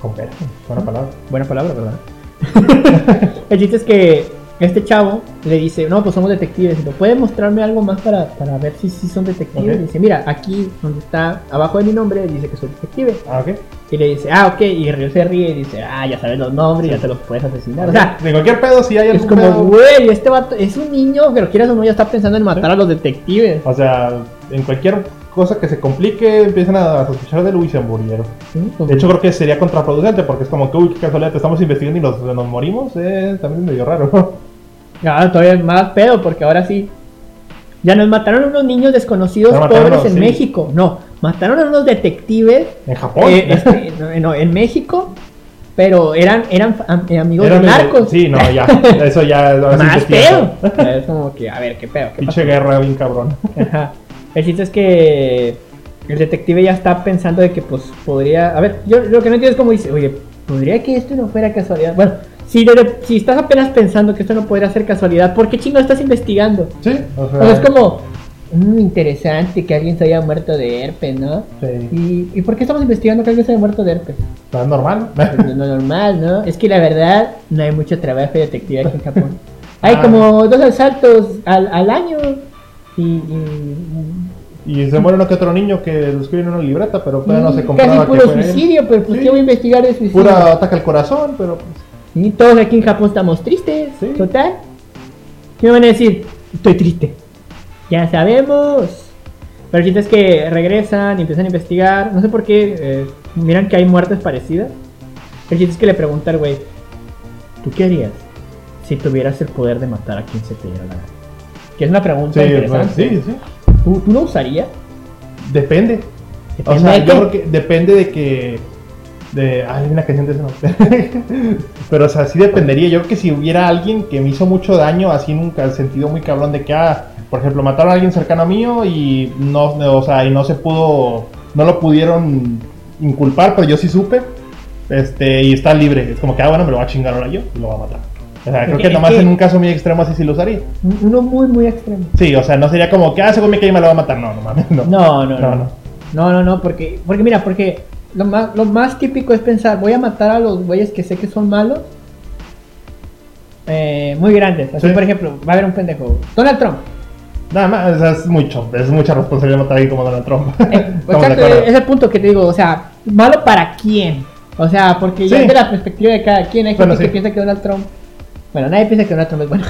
Speaker 2: con ver, buena palabra.
Speaker 1: Buena palabra, ¿verdad? [laughs] el chiste es que este chavo le dice, no, pues somos detectives. ¿No puede mostrarme algo más para, para ver si, si son detectives?
Speaker 2: Ok.
Speaker 1: Dice, mira, aquí donde está, abajo de mi nombre, dice que soy detective.
Speaker 2: Ah, ok.
Speaker 1: Y le dice, ah, ok. Y Ryu se ríe y dice, ah, ya sabes los nombres, ya te los puedes asesinar. O sea,
Speaker 2: de cualquier pedo, si hay
Speaker 1: es
Speaker 2: algún
Speaker 1: como,
Speaker 2: pedo,
Speaker 1: güey, este vato es un niño, pero quieras o no, ya está pensando en matar a los detectives.
Speaker 2: o sea, en cualquier cosa que se complique, empiezan a sospechar de Luis Hamburguero. Ah,
Speaker 1: pues,
Speaker 2: De hecho, creo que sería contraproducente porque es como que, uy, qué casualidad, te estamos investigando y nos, nos morimos. Eh, también es medio raro. [laughs]
Speaker 1: Ah, todavía es más pedo porque ahora sí. Ya nos mataron unos niños desconocidos
Speaker 2: Ya mataron
Speaker 1: pobres
Speaker 2: a-
Speaker 1: en
Speaker 2: sí.
Speaker 1: México. No, mataron a unos detectives
Speaker 2: En Japón.
Speaker 1: eh, este, no, no, en México, pero eran, eran fa- am- eh, amigos
Speaker 2: Era
Speaker 1: de
Speaker 2: medio-
Speaker 1: narcos.
Speaker 2: Sí, no,
Speaker 1: [laughs]
Speaker 2: ya. Eso ya. ahora sí
Speaker 1: Más
Speaker 2: investigan. [laughs]
Speaker 1: pedo. Es como que, a ver, qué pedo, qué
Speaker 2: Pinche guerra bien cabrón.
Speaker 1: pasó? Ajá. El chiste es que el detective ya está pensando de que, pues, podría. A ver, yo lo que no entiendo es cómo dice, oye, podría que esto no fuera casualidad. Bueno, si, de- si estás apenas pensando que esto no podría ser casualidad, ¿por qué chingo estás investigando?
Speaker 2: Sí, [laughs] o sea.
Speaker 1: O sea, es como, "Mm, interesante que alguien se haya muerto de herpes, ¿no?
Speaker 2: sí,
Speaker 1: ¿Y, ¿Y por qué estamos investigando que alguien se haya muerto de herpes?
Speaker 2: está normal. [laughs]
Speaker 1: Pues no, no normal, ¿no? Es que la verdad, no hay mucho trabajo de detective aquí en
Speaker 2: [laughs]
Speaker 1: Japón. Hay
Speaker 2: Ah.
Speaker 1: como dos asaltos al, al año y, y-
Speaker 2: Y se muere uno que otro niño que lo escriben en una libreta, pero todavía no
Speaker 1: y
Speaker 2: se
Speaker 1: Mm, casi
Speaker 2: compraba que
Speaker 1: puro
Speaker 2: fue él.
Speaker 1: suicidio, pero pues
Speaker 2: Sí.
Speaker 1: ¿qué voy a investigar de suicidio?
Speaker 2: Pura ataque al corazón, pero. pues,
Speaker 1: Y todos aquí en Japón estamos tristes,
Speaker 2: Sí.
Speaker 1: total. ¿Qué me van a decir? Estoy triste. Ya sabemos. Pero el chiste es que regresan y empiezan a investigar. No sé por qué. eh, miran que hay muertes parecidas. El chiste es que le pregunta al güey: ¿Tú qué harías si tuvieras el poder de matar a quien se te diera la gana? Que es una pregunta
Speaker 2: Sí, pues,
Speaker 1: interesante.
Speaker 2: sí, sí.
Speaker 1: ¿Tú, tú lo usarías?
Speaker 2: Depende. O
Speaker 1: Depende
Speaker 2: sea,
Speaker 1: de
Speaker 2: yo
Speaker 1: qué.
Speaker 2: creo que depende de que. De, ay, hay una canción de eso. no. [laughs] Pero, o sea, sí dependería. Yo creo que si hubiera alguien que me hizo mucho daño, así nunca, el sentido muy cabrón de que, ah, por ejemplo, mataron a alguien cercano mío y no, no, o sea, y no se pudo, no lo pudieron inculpar, pero yo sí supe. Este, y está libre. Es como que, ah, bueno, me lo va a chingar ahora yo y lo va a matar. O sea, creo
Speaker 1: Es
Speaker 2: que
Speaker 1: que-
Speaker 2: nomás
Speaker 1: es que-
Speaker 2: en un caso muy extremo así sí lo usaría.
Speaker 1: Un- Uno muy, muy extremo.
Speaker 2: Sí, o sea, no sería como que, ah, según me caí me lo va a matar. No, no mames, [laughs] no.
Speaker 1: No, no,
Speaker 2: No,
Speaker 1: no.
Speaker 2: no.
Speaker 1: No, no, no, porque, porque mira, porque lo más, lo más típico es pensar, voy a matar a los güeyes que sé que son malos, eh, muy grandes. Así,
Speaker 2: Sí.
Speaker 1: por ejemplo, va a haber un pendejo, Donald Trump.
Speaker 2: Nada más, o sea, es mucho, es mucha responsabilidad matar a alguien como Donald Trump.
Speaker 1: Eh,
Speaker 2: [laughs] Estamos de
Speaker 1: exacto,
Speaker 2: acuerdo.
Speaker 1: es el punto que te digo, o sea, malo para quién. O sea, porque ya
Speaker 2: Sí.
Speaker 1: es de la perspectiva de cada quien, hay gente
Speaker 2: Bueno,
Speaker 1: que
Speaker 2: sí.
Speaker 1: piensa que Donald Trump. Bueno, nadie piensa que Donald Trump es bueno.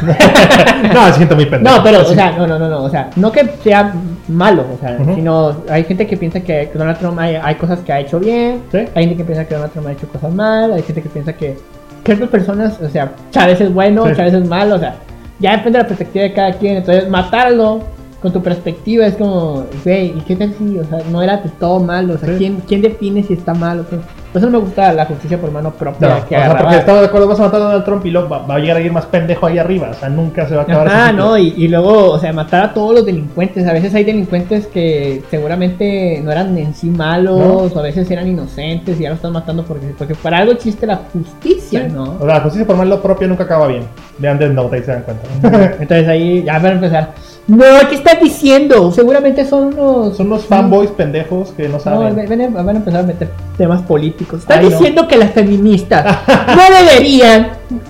Speaker 2: no, siento muy pendejo.
Speaker 1: No, pero, o sea, no, no, no, no, o sea, no que sea malo, o sea,
Speaker 2: Ujú.
Speaker 1: sino hay gente que piensa que Donald Trump hay, hay cosas que ha hecho bien,
Speaker 2: Sí.
Speaker 1: hay gente que piensa que Donald Trump ha hecho cosas mal, hay gente que piensa que ciertas personas, o sea, Chávez es bueno,
Speaker 2: Sí.
Speaker 1: Chávez es malo, o sea, ya depende de la perspectiva de cada quien, entonces matarlo con tu perspectiva es como, güey, ¿y qué tal si, o sea, no era de todo malo, o sea,
Speaker 2: Sí.
Speaker 1: ¿quién, quién define si está malo? o qué? Por eso no me gusta la justicia por mano
Speaker 2: No,
Speaker 1: propia
Speaker 2: o
Speaker 1: que
Speaker 2: sea, porque
Speaker 1: agarraba.
Speaker 2: estamos de acuerdo, vas a matar a Donald Trump y luego va, va a llegar alguien más pendejo ahí arriba. O sea, nunca se va a acabar
Speaker 1: Ah,
Speaker 2: ese ciclo.
Speaker 1: no, y, y luego, o sea, matar a todos los delincuentes. A veces hay delincuentes que seguramente no eran en sí malos, o a veces eran inocentes y ya lo están matando porque, porque para algo existe la justicia,
Speaker 2: Sí.
Speaker 1: ¿no?
Speaker 2: O sea, la justicia formal lo propio nunca acaba bien. Vean Death Note, ahí se dan cuenta. [laughs]
Speaker 1: Entonces ahí ya para empezar. No, ¿qué estás diciendo? Seguramente son unos.
Speaker 2: Son los fanboys pendejos que no
Speaker 1: No,
Speaker 2: saben.
Speaker 1: ven- ven- van a empezar a meter temas políticos. Están
Speaker 2: Ay, no.
Speaker 1: diciendo que las [laughs] feministas no deberían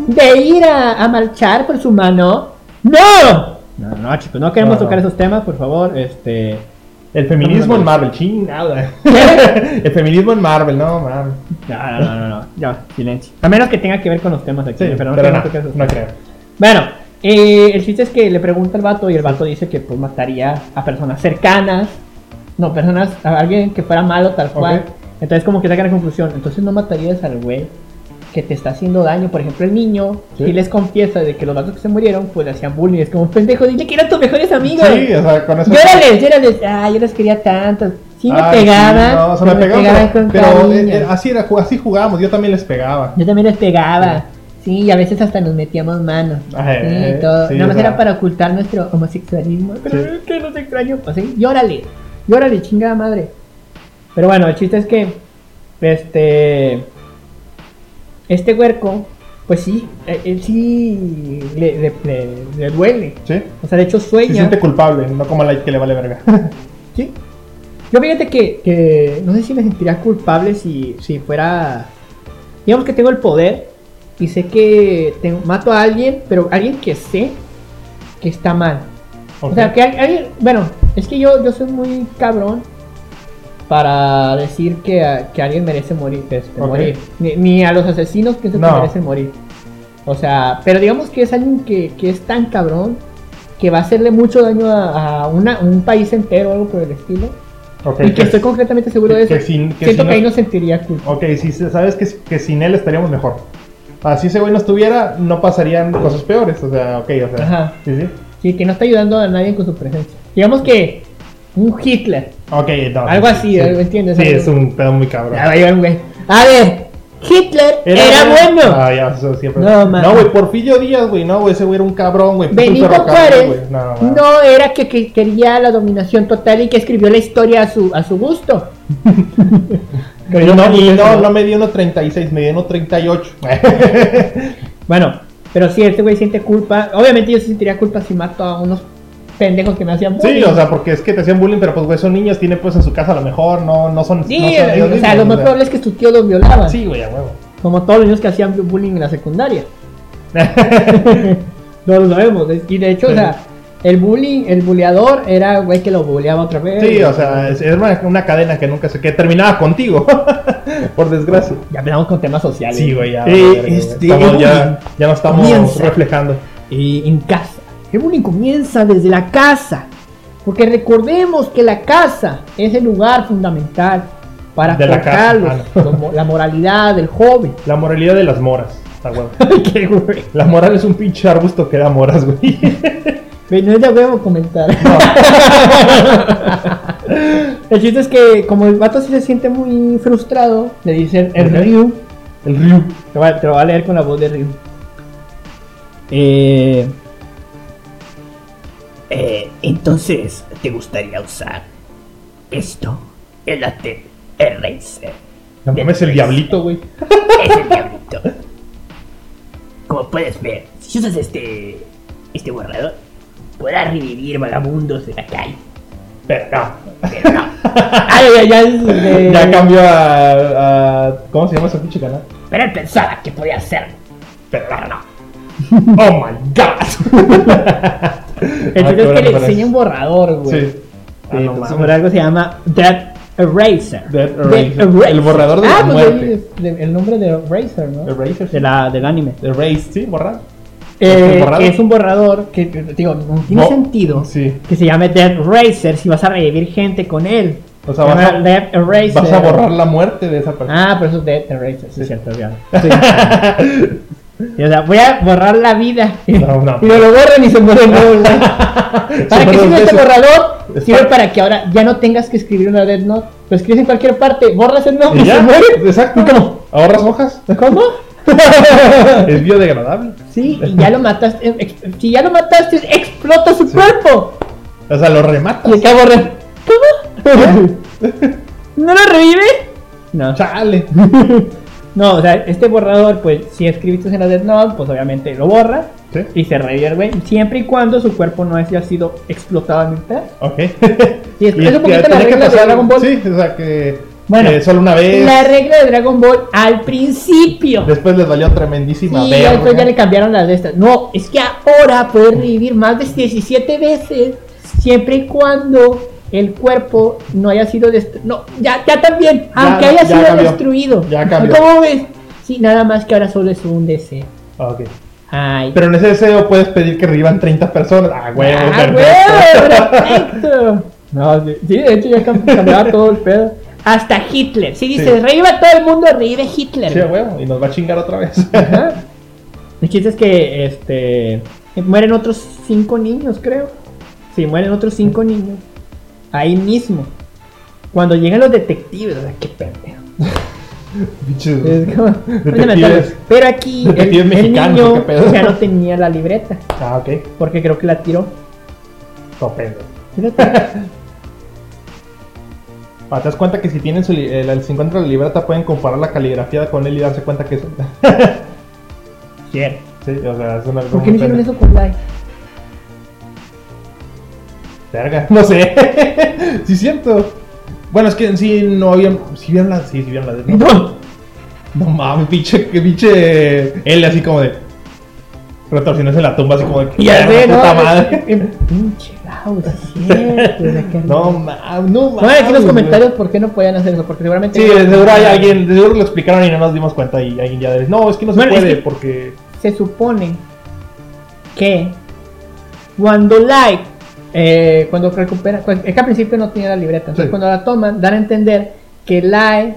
Speaker 1: de ir a, a marchar por su mano. ¡No! No, no, chicos, no queremos
Speaker 2: No, no.
Speaker 1: tocar esos temas, por favor. Este.
Speaker 2: El feminismo en Marvel, chingada. [laughs] El feminismo en Marvel, no, Marvel.
Speaker 1: No, no, no, no, no. Ya, silencio. A menos que tenga que ver con los temas aquí,
Speaker 2: Sí,
Speaker 1: pero
Speaker 2: pero,
Speaker 1: no queremos
Speaker 2: no,
Speaker 1: tocar esos
Speaker 2: no creo.
Speaker 1: Bueno, eh, el chiste es que le pregunta al vato y el vato dice que pues mataría a personas cercanas, no, personas, a alguien que fuera malo tal cual.
Speaker 2: Ok.
Speaker 1: Entonces como que sacan la conclusión, entonces no matarías al güey que te está haciendo daño, por ejemplo el niño,
Speaker 2: Sí.
Speaker 1: si les confiesa de que los vatos que se murieron pues le hacían bullying, es como pendejo, dile que eran tus mejores amigos.
Speaker 2: Sí, o sea, con eso.
Speaker 1: Llórales, llórales, ah, yo los quería tanto. Sí me
Speaker 2: Ay, sí,
Speaker 1: pegaban,
Speaker 2: no, o sea,
Speaker 1: pero
Speaker 2: me pegaban,
Speaker 1: con
Speaker 2: pero, pero,
Speaker 1: cariño.
Speaker 2: eh, eh, así, era, así jugábamos, yo también les pegaba.
Speaker 1: Yo también les pegaba. Sí, y a veces hasta nos metíamos manos.
Speaker 2: Ajá,
Speaker 1: sí, todo.
Speaker 2: Eh, sí,
Speaker 1: Nada más
Speaker 2: o sea.
Speaker 1: era para ocultar nuestro homosexualismo. Pero
Speaker 2: Sí.
Speaker 1: es que nos extraño. Así, llórale. Llórale, chingada madre. Pero bueno, el chiste es que. Este. Este huerco, pues sí, eh, él sí le, le- le- le duele.
Speaker 2: ¿Sí?
Speaker 1: O sea, de hecho
Speaker 2: Se
Speaker 1: sueña.
Speaker 2: siente culpable, no como la que le vale verga.
Speaker 1: Sí. Yo fíjate que, que no sé si me sentiría culpable si, si fuera... Digamos que tengo el poder y sé que te- mato a alguien, pero alguien que sé que está mal. [laughs] O sea,
Speaker 2: Ok.
Speaker 1: que al- alguien... Bueno, es que yo, yo soy muy cabrón para decir que, a- que alguien merece morir. este,
Speaker 2: Ok.
Speaker 1: morir. Ni, ni a los asesinos pienso que
Speaker 2: No.
Speaker 1: merecen morir. O sea, pero digamos que es alguien que, que es tan cabrón que va a hacerle mucho daño a, a una- un país entero o algo por el estilo.
Speaker 2: Ok,
Speaker 1: Y que estoy completamente seguro de eso.
Speaker 2: que sin- que
Speaker 1: Siento
Speaker 2: sin-
Speaker 1: que ahí no sentiría culpa.
Speaker 2: Ok, sí, sí, sabes que, que sin él estaríamos mejor. Así ese güey no estuviera, no pasarían cosas peores. O sea, ok, o sea.
Speaker 1: Ajá.
Speaker 2: Sí, sí.
Speaker 1: Sí, que no está ayudando a nadie con su presencia. Digamos que un Hitler.
Speaker 2: Ok, no.
Speaker 1: Algo así,
Speaker 2: sí.
Speaker 1: algo, ¿entiendes?
Speaker 2: Sí,
Speaker 1: Algo-
Speaker 2: es un pedo muy cabrón.
Speaker 1: Ya va a llegar un güey. A ver, Hitler era, bueno.
Speaker 2: Ah, ya, eso siempre.
Speaker 1: No,
Speaker 2: No,
Speaker 1: man.
Speaker 2: güey, Porfirio Díaz, güey, no, güey, ese güey era un cabrón, güey. puto
Speaker 1: Benito
Speaker 2: ferrocarril,
Speaker 1: Juárez
Speaker 2: güey. No,
Speaker 1: no,
Speaker 2: man.
Speaker 1: era que, que quería la dominación total y que escribió la historia a su, a su
Speaker 2: [laughs]
Speaker 1: gusto.
Speaker 2: Y no, y no,
Speaker 1: ¿no?
Speaker 2: no me dio uno 36, me dio uno 38.
Speaker 1: Bueno, pero sí, este güey siente culpa. Obviamente yo sí sentiría culpa si mato a unos pendejos que me hacían
Speaker 2: [laughs] sí,
Speaker 1: bullying.
Speaker 2: o sea, porque es que te hacían bullying, pero pues, güey, son niños, tienen pues en su casa a lo mejor, no, no son.
Speaker 1: Sí,
Speaker 2: no son ellos
Speaker 1: o sea,
Speaker 2: mismos,
Speaker 1: lo más
Speaker 2: o sea.
Speaker 1: probable es que tus tíos los violaban.
Speaker 2: Sí, güey, a huevo.
Speaker 1: Como todos los niños que hacían bullying en la
Speaker 2: [laughs]
Speaker 1: secundaria. no lo sabemos. es- Y de hecho, o
Speaker 2: Sí.
Speaker 1: sea, el bullying, el buleador era el güey que lo buleaba otra vez.
Speaker 2: Sí, o sea, es, es una, una cadena que nunca se. que terminaba contigo. [laughs] Por desgracia.
Speaker 1: Ya empezamos con temas sociales.
Speaker 2: Sí, güey, ya.
Speaker 1: Eh,
Speaker 2: vale, verga,
Speaker 1: este,
Speaker 2: güey. Estamos
Speaker 1: el
Speaker 2: ya, ya nos estamos
Speaker 1: comienza.
Speaker 2: reflejando.
Speaker 1: bullying, eh, en casa. El bullying comienza desde la casa. Porque recordemos que la casa es el lugar fundamental para
Speaker 2: De la
Speaker 1: forjar
Speaker 2: casa,
Speaker 1: los-
Speaker 2: ah,
Speaker 1: [laughs]
Speaker 2: no.
Speaker 1: los mo- la moralidad del
Speaker 2: [laughs]
Speaker 1: joven.
Speaker 2: La moralidad de las moras, a huevo.
Speaker 1: [laughs] Qué güey.
Speaker 2: La moral es un pinche arbusto que da moras, güey. [laughs]
Speaker 1: Güey, No es de huevo comentar. [laughs] el chiste es que como el vato sí se siente muy frustrado, le dicen el
Speaker 2: Ujú.
Speaker 1: Ryu.
Speaker 2: El Ryu.
Speaker 1: Te va- te lo voy a leer con la voz de Ryu.
Speaker 2: [laughs]
Speaker 3: Eh, entonces, ¿te gustaría usar esto? El ATRC.
Speaker 2: No mames, el diablito, güey.
Speaker 3: Es el diablito. Como puedes ver, si usas este. este borrador, podrás revivir vagabundos de la calle.
Speaker 2: Pero no.
Speaker 3: Pero no,
Speaker 1: Ay, ay, ay, es de-
Speaker 2: [laughs] Ya cambió a, a- ¿Cómo se llama ese pinche canal?
Speaker 3: pero él pensaba que podía hacerlo.
Speaker 2: Pero
Speaker 3: Pero no.
Speaker 2: ¡Oh my
Speaker 1: [laughs]
Speaker 2: god! Ah,
Speaker 1: El chiste es que le enseña un borrador, güey.
Speaker 2: Sí. Ah,
Speaker 1: Eh,
Speaker 2: no
Speaker 1: pues,
Speaker 2: mames.
Speaker 1: por algo se llama Dead Eraser.
Speaker 2: Dead Eraser. El borrador de
Speaker 1: ah,
Speaker 2: la
Speaker 1: pues,
Speaker 2: muerte.
Speaker 1: es de- el nombre de Eraser, ¿no?
Speaker 2: Eraser.
Speaker 1: De la, del anime.
Speaker 2: Erase, sí, borrar.
Speaker 1: Eh,
Speaker 2: ¿Es un borrador?
Speaker 1: que es un borrador que, que, digo, no tiene
Speaker 2: No.
Speaker 1: sentido
Speaker 2: Sí.
Speaker 1: que se llame Dead Racer si vas a revivir gente con él.
Speaker 2: O sea,
Speaker 1: Se
Speaker 2: vas
Speaker 1: llama
Speaker 2: a-
Speaker 1: Dead Eraser.
Speaker 2: Vas a borrar la muerte de esa persona.
Speaker 1: Ah, pero eso es Dead Eraser, sí,
Speaker 2: Sí.
Speaker 1: es cierto, ya. Sí. [laughs] Y, o sea, voy a borrar la vida.
Speaker 2: No, no. pues.
Speaker 1: Y no lo borran y se mueren nuevo, güey.
Speaker 2: [laughs]
Speaker 1: ¿Para qué
Speaker 2: fueron
Speaker 1: sirve
Speaker 2: de
Speaker 1: este
Speaker 2: esos.
Speaker 1: borrador?
Speaker 2: Es
Speaker 1: Sirve
Speaker 2: para-
Speaker 1: para que ahora ya no tengas que escribir una Dead Note. Lo escribes en cualquier parte, borras el nombre
Speaker 2: Y
Speaker 1: y se
Speaker 2: ya,
Speaker 1: muere.
Speaker 2: exacto.
Speaker 1: ¿Cómo?
Speaker 2: Ahorras hojas.
Speaker 1: ¿Cómo?
Speaker 2: [laughs] Es biodegradable.
Speaker 1: Sí, y ya lo mataste. eh, ex- Si ya lo mataste, explota su cuerpo.
Speaker 2: O sea, lo rematas.
Speaker 1: Y [laughs] acá borra. ¿Cómo? ¿No lo revive? No.
Speaker 2: Chale.
Speaker 1: [laughs] No, o sea, este borrador, pues si escribiste en la Death Note, pues obviamente lo borra
Speaker 2: ¿Sí?
Speaker 1: y se revierte siempre y cuando su cuerpo no haya sido explotado a mitad.
Speaker 2: Ok.
Speaker 1: Y es,
Speaker 2: [laughs] Y
Speaker 1: es un
Speaker 2: que
Speaker 1: poquito la
Speaker 2: tiene que
Speaker 1: regla de
Speaker 2: pasar-
Speaker 1: Dragon Ball.
Speaker 2: Sí, o sea que.
Speaker 1: Bueno,
Speaker 2: que solo una vez.
Speaker 1: La regla de Dragon Ball al principio.
Speaker 2: Después les valió tremendísima
Speaker 1: Sí,
Speaker 2: verga.
Speaker 1: a eso ya le cambiaron las de estas. No, es que ahora puedes revivir más de 17 veces, siempre y cuando el cuerpo no haya sido destruido. No, ya, ya también, aunque haya
Speaker 2: ya
Speaker 1: sido
Speaker 2: cambió.
Speaker 1: destruido.
Speaker 2: Ya cambió.
Speaker 1: ¿Cómo ves? Sí, nada más que ahora solo es un deseo.
Speaker 2: Ok.
Speaker 1: Ay.
Speaker 2: Pero en ese deseo puedes pedir que revivan 30 personas. Ah, huevo,
Speaker 1: Ah,
Speaker 2: perfecto. [laughs]
Speaker 1: huevo, perfecto. No, sí, sí, de hecho ya cam- cambiaba todo el pedo. Hasta Hitler. Si dices,
Speaker 2: Sí.
Speaker 1: reviva todo el mundo, revive Hitler.
Speaker 2: Sí, a huevo. Y nos va a chingar otra vez.
Speaker 1: Ajá. El chiste es que este mueren otros cinco niños, creo. Sí, mueren otros cinco niños. Ahí mismo. Cuando llegan los detectives, o sea, qué pendejo. [laughs]
Speaker 2: Bichos.
Speaker 1: Es como,
Speaker 2: Detectives.
Speaker 1: "Oye, Natalia, Pero aquí el,
Speaker 2: Detectives
Speaker 1: el
Speaker 2: mexicanos, ¿qué
Speaker 1: niño
Speaker 2: pedo?
Speaker 1: ya no tenía la libreta,
Speaker 2: Ah, ok.
Speaker 1: porque creo que la tiró.
Speaker 2: Estupendo.
Speaker 1: Fíjate.
Speaker 2: Ah, ¿Te das cuenta que si tienen su li- eh, la- si encuentran la libreta pueden comparar la caligrafía con él y darse cuenta que es.
Speaker 1: Cierto.
Speaker 2: [laughs] sí, o sea, es una.
Speaker 1: ¿Por qué no hicieron eso con Light?
Speaker 2: Verga, [laughs] no sé. sí, es cierto. Bueno, es que en sí no habían. Sí, vieron la. Sí, sí, vieron la. No,
Speaker 1: No.
Speaker 2: no mames, pinche. Que pinche. Él así como de. Retorsiones en la tumba, así como de. que,
Speaker 1: Ya
Speaker 2: "Ah,
Speaker 1: sé, no.
Speaker 2: puta
Speaker 1: es- [laughs]
Speaker 2: madre". [laughs]
Speaker 1: es- Pinche Gao, sí es cierto. o sea, que-
Speaker 2: No mames, no mames.
Speaker 1: Pongan aquí en los
Speaker 2: güey.
Speaker 1: comentarios por qué no podían hacer eso, porque seguramente.
Speaker 2: Sí, de seguro hay alguien. De seguro lo explicaron y no nos dimos cuenta. Y alguien ya de. No, es que no se
Speaker 1: Bueno, es
Speaker 2: puede
Speaker 1: que-
Speaker 2: porque.
Speaker 1: se supone que cuando Light, eh, cuando recupera, cu- es que al principio no tenía la libreta, entonces
Speaker 2: Sí.
Speaker 1: cuando la toman, dan a entender que Light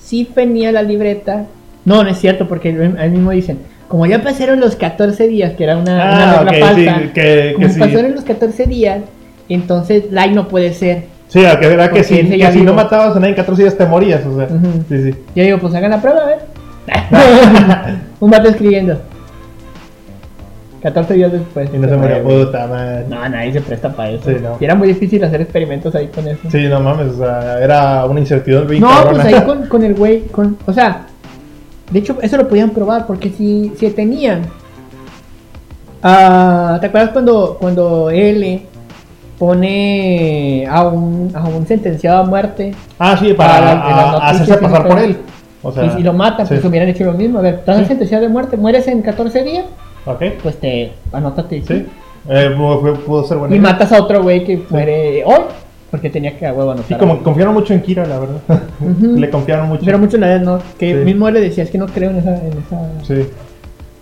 Speaker 1: sí tenía la libreta. No, no es cierto, porque el- ahí mismo dicen, como ya pasaron los 14 días, que era una, una
Speaker 2: Ah,
Speaker 1: regla
Speaker 2: ok,
Speaker 1: falsa,
Speaker 2: sí, que, que
Speaker 1: como
Speaker 2: sí.
Speaker 1: pasaron los 14 días, entonces Light no puede ser.
Speaker 2: Sí, a que era que,
Speaker 1: Porque
Speaker 2: si,
Speaker 1: ese ya
Speaker 2: que si
Speaker 1: vivo.
Speaker 2: no matabas a nadie en 14 días te morías, o sea.
Speaker 1: Ujú.
Speaker 2: Sí, sí.
Speaker 1: Yo digo, pues hagan la prueba, a ver.
Speaker 2: [laughs]
Speaker 1: Un vato escribiendo. 14 días después.
Speaker 2: Y no se moría, puta madre.
Speaker 1: No, nadie se presta para eso.
Speaker 2: Sí, no.
Speaker 1: Y era muy difícil hacer experimentos ahí con eso.
Speaker 2: Sí, no mames, o sea, era una incertidumbre. bien
Speaker 1: no,
Speaker 2: cabrona.
Speaker 1: pues ahí
Speaker 2: [laughs]
Speaker 1: con, con el güey, con, o sea, de hecho eso lo podían probar porque si, si tenían, ah, ¿te acuerdas cuando cuando L pone a un a un sentenciado a muerte
Speaker 2: Ah, sí, para,
Speaker 1: Para
Speaker 2: a-
Speaker 1: en las
Speaker 2: a-
Speaker 1: noticias
Speaker 2: hacerse
Speaker 1: y
Speaker 2: pasar
Speaker 1: todo.
Speaker 2: por él. O sea,
Speaker 1: y si lo matan,
Speaker 2: sí.
Speaker 1: pues hubieran hecho lo mismo? A ver, estás
Speaker 2: Sí.
Speaker 1: sentenciado de muerte, mueres en 14 días,
Speaker 2: Ok,
Speaker 1: pues te anótate
Speaker 2: sí. Eh, pudo, fue- pudo ser bueno.
Speaker 1: y matas a otro güey que muere hoy porque tenía que a huevo anotar.
Speaker 2: Sí,
Speaker 1: a
Speaker 2: como que
Speaker 1: huevo.
Speaker 2: confiaron mucho en Kira, la verdad.
Speaker 1: Ujú.
Speaker 2: Le confiaron mucho.
Speaker 1: Pero mucho en la edad, ¿no? Que
Speaker 2: Sí.
Speaker 1: mismo le decías que no creo en esa. en esa-
Speaker 2: Sí.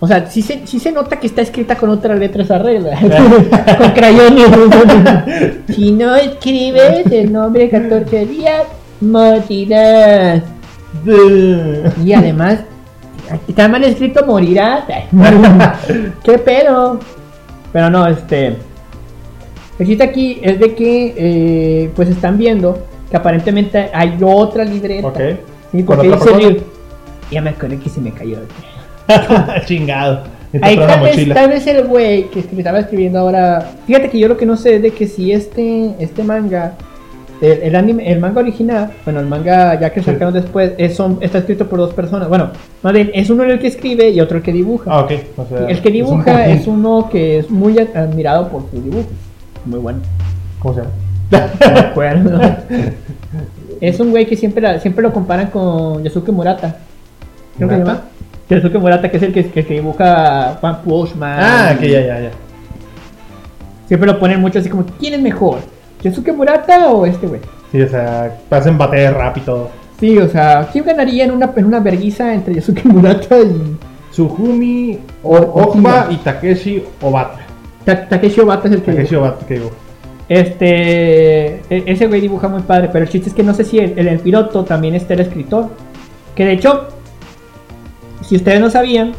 Speaker 1: O sea, sí se, sí se nota que está escrita con otra letra esa regla. [laughs] con crayón
Speaker 2: [laughs]
Speaker 1: y Si no escribes el nombre 14 días,
Speaker 2: [laughs]
Speaker 1: morirás. Y además, está mal escrito
Speaker 2: [laughs]
Speaker 1: morirás. ¿Qué pedo? Pero no, este. El chiste aquí es de que, eh, pues están viendo que aparentemente hay otra libreta.
Speaker 2: ok. [laughs]
Speaker 1: Sí,
Speaker 2: ¿Con
Speaker 1: porque
Speaker 2: otra
Speaker 1: dice
Speaker 2: persona?
Speaker 1: Liu, Ya me acordé que se me cayó.
Speaker 2: Chingado. Y te
Speaker 1: Ahí
Speaker 2: trae una
Speaker 1: tal vez,
Speaker 2: mochila.
Speaker 1: tal vez el güey que escri- estaba escribiendo ahora. Fíjate que yo lo que no sé es de que si este, este manga, el, el anime, el manga original, bueno, el manga ya que
Speaker 2: Sí.
Speaker 1: sacaron después, es, son- está escrito por dos personas. Bueno, más bien, es uno el que escribe y otro el que dibuja.
Speaker 2: Ah, ok. O sea,
Speaker 1: el que
Speaker 2: es un
Speaker 1: dibuja es,
Speaker 2: conjunto.
Speaker 1: uno que es muy ad- admirado por sus dibujos. Muy bueno.
Speaker 2: ¿Cómo se llama?
Speaker 1: De acuerdo. es un güey que siempre, la- siempre lo comparan con Yasuke Murata. Creo que se
Speaker 2: ¿Murata?
Speaker 1: llama. Yasuke Murata, que es el que, que, que dibuja Juan Pushman.
Speaker 2: Ah, que ya, ya, ya.
Speaker 1: Siempre lo ponen mucho así como, ¿quién es mejor? ¿Yasuke Murata o este güey?
Speaker 2: Sí, o sea, hacen bate de rap y todo.
Speaker 1: Sí, o sea, ¿quién ganaría en una, en una verguiza entre Yasuke Murata y
Speaker 2: Tsugumi,
Speaker 1: O-
Speaker 2: Ogba y Takeshi Obata.
Speaker 1: Ta- Takeshi Obata? Es el que
Speaker 2: Takeshi
Speaker 1: dibuja?
Speaker 2: Obata, que digo.
Speaker 1: Este, e- ese güey dibuja muy padre, pero el chiste es que no sé si el, el, el piloto también está el escritor. Que de hecho, si ustedes no sabían,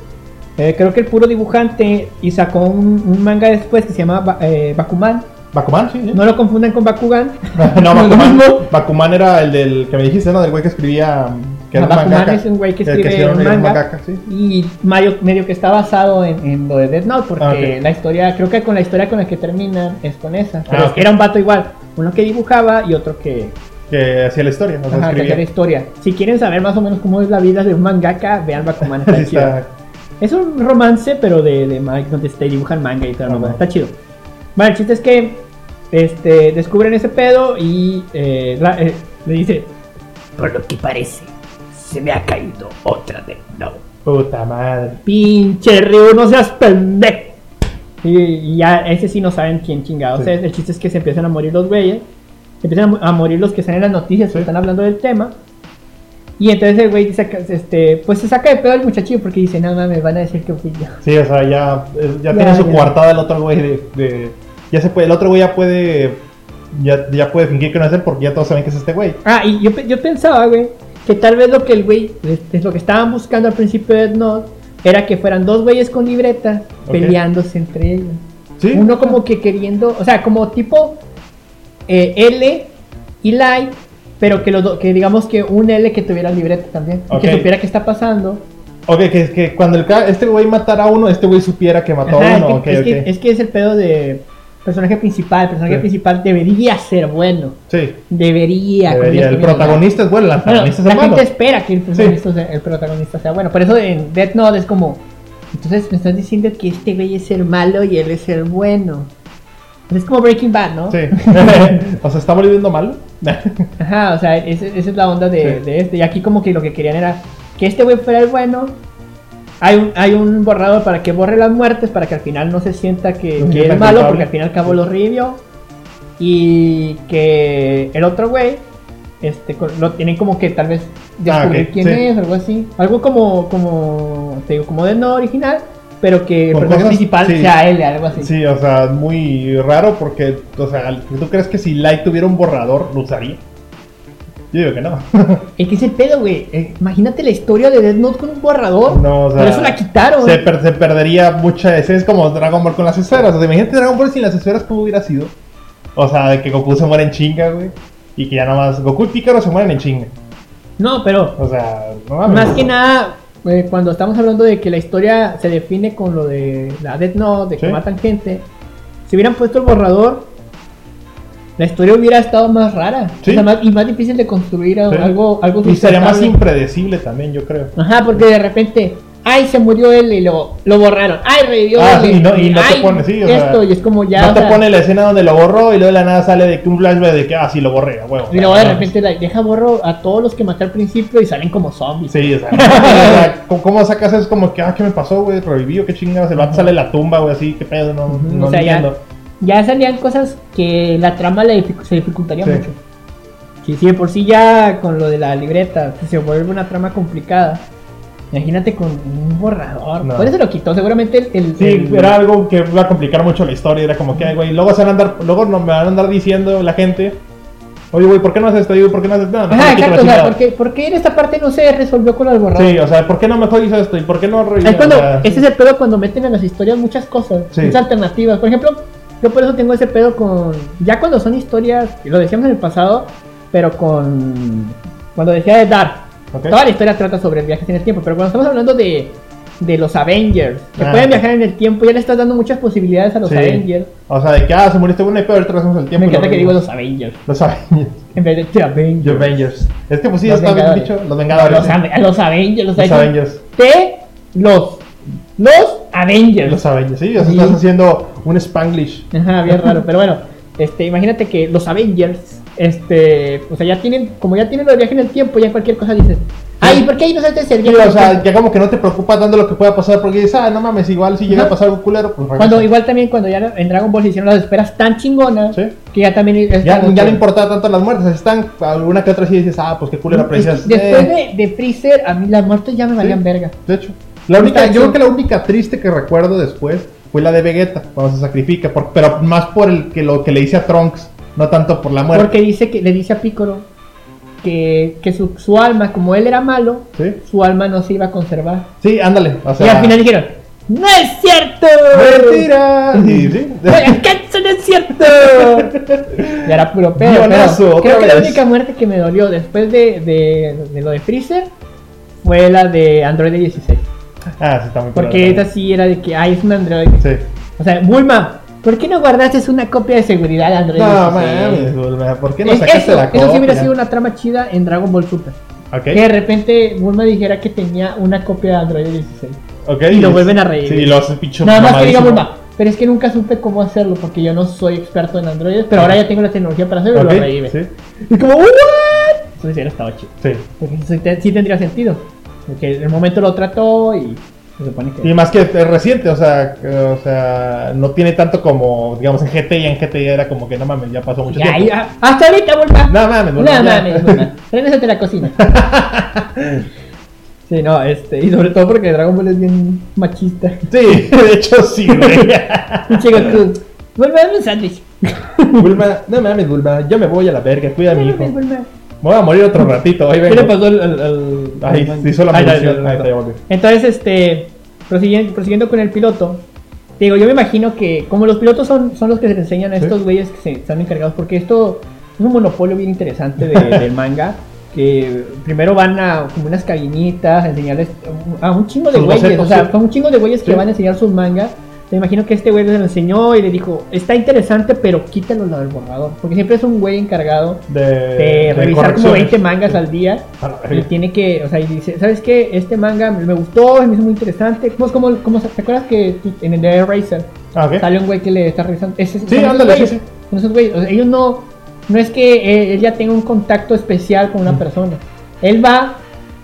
Speaker 1: eh, creo que el puro dibujante y sacó un, un manga después que se llama Ba- eh, Bakuman.
Speaker 2: Bakuman, sí, sí.
Speaker 1: No lo confundan con Bakugan.
Speaker 2: [laughs] No,
Speaker 1: No,
Speaker 2: Bakuman,
Speaker 1: no.
Speaker 2: Bakuman era el del que me dijiste, ¿no? Del güey que escribía. mm, Que era
Speaker 1: Ah, [laughs] Bakuman
Speaker 2: mangaka. Eh,
Speaker 1: es un güey que
Speaker 2: El
Speaker 1: escribe
Speaker 2: hicieron
Speaker 1: un
Speaker 2: el
Speaker 1: manga.
Speaker 2: mangaka, sí.
Speaker 1: Y mayo- medio que está basado en, en lo de Death Note, porque
Speaker 2: Ah, ok.
Speaker 1: la historia, creo que con la historia con la que termina es con esa. Pero
Speaker 2: Ah, ok.
Speaker 1: Era un vato igual, uno que dibujaba y otro que,
Speaker 2: que hacía la historia, o sea,
Speaker 1: Ajá,
Speaker 2: escribía.
Speaker 1: la historia. Si quieren saber más o menos cómo es la vida de un mangaka, vean Bakuman. Está
Speaker 2: [laughs] Sí,
Speaker 1: chido.
Speaker 2: está-
Speaker 1: Es un romance, pero de, de ma- donde te dibujan manga y todo.
Speaker 2: Ajá.
Speaker 1: Está chido. Bueno, el chiste es que este, descubren ese pedo y eh, la- eh, le dice,
Speaker 3: Por lo que parece, se me ha caído otra de
Speaker 1: [laughs]
Speaker 3: no.
Speaker 2: Puta madre.
Speaker 1: pinche Ryu, no seas pendejo. Y, y ya, ese sí no saben quién chingados
Speaker 2: Sí.
Speaker 1: es. El chiste es que se empiezan a morir los güeyes. Se empiezan a, mo- a morir los que salen en las noticias, que están hablando del tema. Y entonces el güey dice, que, este, pues se saca de pedo el muchachillo porque dice, nada, me van a decir que fui yo.
Speaker 2: Sí, o sea, ya, eh, ya
Speaker 1: Ya,
Speaker 2: tiene su
Speaker 1: ya.
Speaker 2: coartada el otro güey de, de- Ya se puede, el otro güey ya puede. Ya, ya puede fingir que no es él porque ya todos saben que es este güey.
Speaker 1: Ah, y yo, pe- yo pensaba, güey, que tal vez lo que el güey, es lo que estaban buscando al principio de Death Note, era que fueran dos güeyes con libreta
Speaker 2: Ok.
Speaker 1: peleándose entre ellos.
Speaker 2: Sí.
Speaker 1: Uno como que queriendo, o sea, como tipo eh, L y Light, pero que los do- que digamos que un L que tuviera libreta también, y
Speaker 2: Ok.
Speaker 1: que supiera qué está pasando.
Speaker 2: Ok, que, que cuando el, ca- este güey matara a uno, este güey supiera que mató
Speaker 1: Ajá,
Speaker 2: a uno.
Speaker 1: es, que,
Speaker 2: ok,
Speaker 1: es, que-
Speaker 2: ok.
Speaker 1: es que es el pedo de personaje principal, el personaje
Speaker 2: Sí.
Speaker 1: principal debería ser bueno,
Speaker 2: Sí,
Speaker 1: debería. como ya
Speaker 2: debería. El
Speaker 1: tuvieron, ¿verdad?
Speaker 2: protagonista es bueno, el
Speaker 1: Bueno,
Speaker 2: antagonista
Speaker 1: la
Speaker 2: es el malo.
Speaker 1: gente espera que el protagonista, sea, el protagonista sea bueno. Por eso en Death Note es como. Entonces me estás diciendo que este güey es el malo y él es el bueno. Es como Breaking Bad, ¿no?
Speaker 2: Sí.
Speaker 1: [laughs]
Speaker 2: [laughs] o sea, ¿está volviendo malo?
Speaker 1: Ajá, o sea, ese- esa es la onda de,
Speaker 2: Sí.
Speaker 1: de este. Y aquí como que lo que querían era que este güey fuera el bueno. Hay un, hay un borrador para que borre las muertes, para que al final no se sienta que,
Speaker 2: No
Speaker 1: que
Speaker 2: sea tan
Speaker 1: es malo,
Speaker 2: culpable.
Speaker 1: porque al fin y al cabo lo revivió. Y que el otro güey, este, con- lo tienen como que tal vez
Speaker 2: Ah,
Speaker 1: descubrir
Speaker 2: ok,
Speaker 1: quién
Speaker 2: sí.
Speaker 1: es, algo así. Algo como, como, te digo, como de no original, pero que el
Speaker 2: Con
Speaker 1: personaje
Speaker 2: cosas-
Speaker 1: principal
Speaker 2: sí.
Speaker 1: sea él, algo así.
Speaker 2: sí, o sea, es muy raro porque, o sea, ¿tú crees que si Light tuviera un borrador, lo usaría? Yo digo que no.
Speaker 1: Es que es el pedo, güey. Eh, Imagínate la historia de Death Note con un borrador.
Speaker 2: [laughs] No, o sea,
Speaker 1: Por eso la quitaron.
Speaker 2: se, per- se perdería mucha esencia. Es como Dragon Ball con las esferas. O sea, imagínate Dragon Ball sin las esferas, ¿cómo hubiera sido? O sea, de que Goku se muere en chinga, güey. Y que ya nomás Goku y Picaro se mueren en chinga.
Speaker 1: No, pero
Speaker 2: O sea, no mames.
Speaker 1: más que nada, eh, cuando estamos hablando de que la historia se define con lo de la Death Note, de que
Speaker 2: Sí.
Speaker 1: matan gente, si hubieran puesto el borrador, la historia hubiera estado más rara
Speaker 2: Sí.
Speaker 1: O sea, más- y más difícil de construir a-
Speaker 2: Sí.
Speaker 1: algo, algo
Speaker 2: Y sería más
Speaker 1: sustentable.
Speaker 2: impredecible también, yo creo.
Speaker 1: Ajá, porque de repente, ay, se murió él y lo, lo borraron, ay, revivió
Speaker 2: Ah,
Speaker 1: él
Speaker 2: sí, y no- y no te
Speaker 1: ay,
Speaker 2: pone, sí, o sea,
Speaker 1: esto, y es como ya.
Speaker 2: no
Speaker 1: o
Speaker 2: te
Speaker 1: sea,
Speaker 2: pone la escena donde lo borró y luego de la nada sale de que un flashback de que, ah, sí, lo borré, a huevo.
Speaker 1: Y luego de
Speaker 2: Ah,
Speaker 1: repente la- deja borro a todos los que maté al principio y salen como zombies.
Speaker 2: Sí,
Speaker 1: [laughs]
Speaker 2: o sea, no, o sea, ¿cómo- ¿cómo sacas eso? Es como que, ah, ¿qué me pasó, güey? Reviví o qué chingados. El vato sale de la tumba, güey, así, qué pedo, no,
Speaker 1: Ujú,
Speaker 2: no
Speaker 1: o sea, ya-
Speaker 2: entiendo.
Speaker 1: ya salían cosas que la trama le dificu- se dificultaría
Speaker 2: Sí.
Speaker 1: mucho. Sí, sí, de por sí ya con lo de la libreta se vuelve una trama complicada. Imagínate con un borrador.
Speaker 2: No.
Speaker 1: Por eso lo quitó. Seguramente el. el-
Speaker 2: Sí,
Speaker 1: el-
Speaker 2: era algo que iba a complicar mucho la historia. Era como que, ay, güey, luego, se van a andar, luego no, me van a andar diciendo la gente, oye, güey, ¿por qué no haces esto? Oye, güey, ¿por qué no haces nada? Mejor
Speaker 1: Ajá,
Speaker 2: quito la
Speaker 1: exacto. O sea,
Speaker 2: chingada.
Speaker 1: porque, porque en esta parte no se resolvió con el borrador.
Speaker 2: Sí, o sea, ¿por qué no mejor hizo esto? ¿Y por qué no re-
Speaker 1: Es cuando,
Speaker 2: o sea,
Speaker 1: ese es el pedo cuando meten en las historias muchas cosas,
Speaker 2: Sí.
Speaker 1: muchas alternativas. Por ejemplo, yo por eso tengo ese pedo con. Ya cuando son historias, y lo decíamos en el pasado, pero con. Cuando decía de Dark.
Speaker 2: Ok.
Speaker 1: Toda la historia trata sobre el viaje en el tiempo, pero cuando estamos hablando de, de los Avengers, que
Speaker 2: Ah,
Speaker 1: pueden
Speaker 2: ok.
Speaker 1: viajar en el tiempo, ya le estás dando muchas posibilidades a los
Speaker 2: Sí.
Speaker 1: Avengers.
Speaker 2: O sea, de que, ah, se muriste uno y peor, ahorita hacemos el tiempo.
Speaker 1: Me
Speaker 2: y lo
Speaker 1: encanta que digo
Speaker 2: revivimos.
Speaker 1: los Avengers,
Speaker 2: Los Avengers.
Speaker 1: en vez de The Avengers.
Speaker 2: Los Avengers. Es que, pues sí,
Speaker 1: Los
Speaker 2: está bien
Speaker 1: Vengadores.
Speaker 2: dicho. Los
Speaker 1: Los,
Speaker 2: Vengadores. sí.
Speaker 1: Ave- los Avengers, los,
Speaker 2: Los
Speaker 1: Avengers.
Speaker 2: Avengers.
Speaker 1: De los, los Avengers.
Speaker 2: Los Avengers, sí. O sea,
Speaker 1: Sí.
Speaker 2: estás haciendo un Spanglish.
Speaker 1: Ajá, bien
Speaker 2: [laughs]
Speaker 1: raro, pero bueno, este, imagínate que los Avengers, este, o sea, ya tienen, como ya tienen los viajes en el tiempo, ya cualquier cosa dices, ay, ¿por qué ahí no se te
Speaker 2: Sí,
Speaker 1: servir?
Speaker 2: o sea, ya como que no te preocupas dando lo que pueda pasar porque dices, ah, no mames, igual si llega a
Speaker 1: Ajá.
Speaker 2: pasar algo culero, pues
Speaker 1: cuando
Speaker 2: regresa.
Speaker 1: igual también cuando ya en Dragon Ball se hicieron las esperas tan chingonas
Speaker 2: Sí.
Speaker 1: que ya también es
Speaker 2: Ya,
Speaker 1: como
Speaker 2: ya no
Speaker 1: que-
Speaker 2: importaba tanto las muertes, están alguna que otra sí dices, ah, pues qué culera, pero
Speaker 1: Es que
Speaker 2: decías,
Speaker 1: Después
Speaker 2: eh,
Speaker 1: de, de Freezer, a mí las muertes ya me valían
Speaker 2: Sí.
Speaker 1: verga.
Speaker 2: de hecho. La única,
Speaker 1: Está
Speaker 2: yo creo
Speaker 1: hecho.
Speaker 2: que la única triste que recuerdo después fue la de Vegeta, cuando se sacrifica, por- pero más por el que lo que le hice a Trunks, no tanto por la muerte.
Speaker 1: Porque dice que le dice a Piccolo que, que su, su alma, como él era malo,
Speaker 2: Sí,
Speaker 1: su alma no se iba a conservar.
Speaker 2: sí, ándale. O sea,
Speaker 1: y al final dijeron, ¡No es cierto! [laughs]
Speaker 2: ¡Mentira! Sí, sí. [laughs]
Speaker 1: Oigan, ¿qué? Eso no es cierto! Y era puro pedo.
Speaker 2: Guionazo,
Speaker 1: pero
Speaker 2: otra
Speaker 1: creo que la
Speaker 2: vez.
Speaker 1: única muerte que me dolió después de, de- de lo de Freezer fue la de Android 16.
Speaker 2: Ah, sí, está muy culera
Speaker 1: Porque esta
Speaker 2: también.
Speaker 1: sí era de que, ay, es un Android.
Speaker 2: Sí.
Speaker 1: O sea, Bulma, ¿Por qué no guardaste una copia de seguridad, Android?
Speaker 2: No,
Speaker 1: 16?
Speaker 2: mames, Bulma, ¿por qué no
Speaker 1: Es-
Speaker 2: sacaste
Speaker 1: Eh, eso,
Speaker 2: la copia?
Speaker 1: eso sí hubiera sido una trama chida en Dragon Ball Super.
Speaker 2: Ok,
Speaker 1: Que de repente Bulma dijera que tenía una copia de Android 16.
Speaker 2: ok.
Speaker 1: y lo vuelven a reír.
Speaker 2: Sí, y lo hacen pinche
Speaker 1: Nada más que diga
Speaker 2: mamadísimo.
Speaker 1: Bulma. Pero es que nunca supe cómo hacerlo porque yo no soy experto en Android, pero ahora ya tengo la tecnología para hacerlo
Speaker 2: Ok,
Speaker 1: y lo revive.
Speaker 2: sí,
Speaker 1: Y como, ¿what? Eso hubiera estado chido.
Speaker 2: sí.
Speaker 1: Porque eso sí te- sí tendría sentido. Porque en el momento lo trató y se supone que.
Speaker 2: Y más que es reciente, o sea, que- o sea, no tiene tanto como, digamos, en GT y en GT ya era como que no mames, ya pasó mucho
Speaker 1: Ya,
Speaker 2: tiempo.
Speaker 1: ya. ¡Hasta ahorita, Bulma!
Speaker 2: No mames,
Speaker 1: No,
Speaker 2: Bulma,
Speaker 1: [laughs]
Speaker 2: ya.
Speaker 1: mames, Bulma. Regresate a la cocina. sí, no, este. Y sobre todo porque Dragon Ball es bien [laughs] machista.
Speaker 2: Sí, [laughs] de hecho sí, güey.
Speaker 1: [laughs] Pinche Goku. Bulma, dame un sándwich.
Speaker 2: Bulma, no mames, Bulma, yo me voy a la verga, cuida a mi hijo.
Speaker 1: Dame,
Speaker 2: Me
Speaker 1: Bulma.
Speaker 2: voy a morir otro ratito, ahí
Speaker 1: ¿Qué le
Speaker 2: vengo.
Speaker 1: pasó al. al, al-
Speaker 2: Ahí
Speaker 1: al-
Speaker 2: se hizo la
Speaker 1: Ay, ya,
Speaker 2: maldición.
Speaker 1: ya, ya,
Speaker 2: Ahí está, ya volvió.
Speaker 1: Entonces, este, prosiguiendo, prosiguiendo con el piloto, te digo, yo me imagino que como los pilotos son, son los que se les enseñan a
Speaker 2: Sí.
Speaker 1: estos güeyes que se están encargados, porque esto es un monopolio bien interesante de-
Speaker 2: [laughs]
Speaker 1: del manga, que primero van a como unas cabinitas a enseñarles a un chingo de
Speaker 2: Sus
Speaker 1: güeyes,
Speaker 2: bocetos,
Speaker 1: o sea,
Speaker 2: sí.
Speaker 1: son un chingo de güeyes que
Speaker 2: Sí.
Speaker 1: van a enseñar sus mangas. Me imagino que este güey les enseñó y le dijo, está interesante, pero quítalo lo del borrador, porque siempre es un güey encargado
Speaker 2: Eh, De,
Speaker 1: de, revisar como
Speaker 2: correcciones.
Speaker 1: 20 mangas
Speaker 2: Sí. Ah,
Speaker 1: al día.
Speaker 2: A la
Speaker 1: Y
Speaker 2: verga.
Speaker 1: tiene que, o sea, y dice, ¿sabes qué? Este manga me me gustó, me hizo muy interesante. ¿Cómo, cómo, cómo, se- ¿Te acuerdas que tú- en el de Racer
Speaker 2: Ah, ok.
Speaker 1: sale un güey que le está revisando? Ese, son esos
Speaker 2: ándale, sí,
Speaker 1: güeyes,
Speaker 2: sí.
Speaker 1: son esos güeyes. O sea, ellos no, no es que eh, él ya tenga un contacto especial con una
Speaker 2: Mm.
Speaker 1: persona. Él va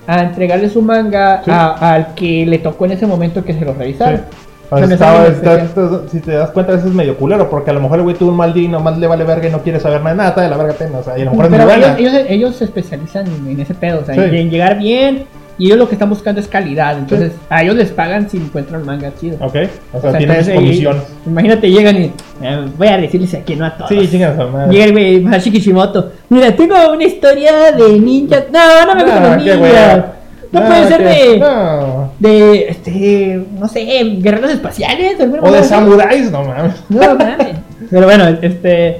Speaker 1: a entregarle su manga
Speaker 2: Sí.
Speaker 1: a- al que le tocó en ese momento que se lo revisara.
Speaker 2: Sí. O sea,
Speaker 1: Se me
Speaker 2: estaba-
Speaker 1: sale
Speaker 2: está-
Speaker 1: especial.
Speaker 2: está- pues, si te das cuenta, a veces es medio culero, porque a lo mejor el güey tuvo un mal día y nomás le vale verga y no quiere saber nada, nada está de la verga pena, o sea, y a lo mejor es muy
Speaker 1: Pero ellos,
Speaker 2: buena.
Speaker 1: ellos, ellos se especializan en, en ese pedo, o sea,
Speaker 2: Sí.
Speaker 1: en llegar bien. Y ellos lo que están buscando es calidad. Entonces, a ellos les pagan si encuentran manga chido.
Speaker 2: Ok, o
Speaker 1: O
Speaker 2: sea,
Speaker 1: sea,
Speaker 2: tiene
Speaker 1: entonces,
Speaker 2: sus
Speaker 1: ahí,
Speaker 2: comisiones.
Speaker 1: Imagínate, llegan y eh, voy a decirles aquí no a todos.
Speaker 2: Sí, chingas a madre.
Speaker 1: Llega el güey Masashi Kishimoto. Mira, tengo una historia de ninja. No, no me gustan
Speaker 2: Ah,
Speaker 1: los
Speaker 2: qué
Speaker 1: ninjas.
Speaker 2: hueva.
Speaker 1: No, puede ser
Speaker 2: qué-
Speaker 1: de,
Speaker 2: no.
Speaker 1: de, este, no sé, guerreros espaciales. alguna
Speaker 2: O de
Speaker 1: madre.
Speaker 2: samuráis, no mames.
Speaker 1: No, mames. Pero bueno, este,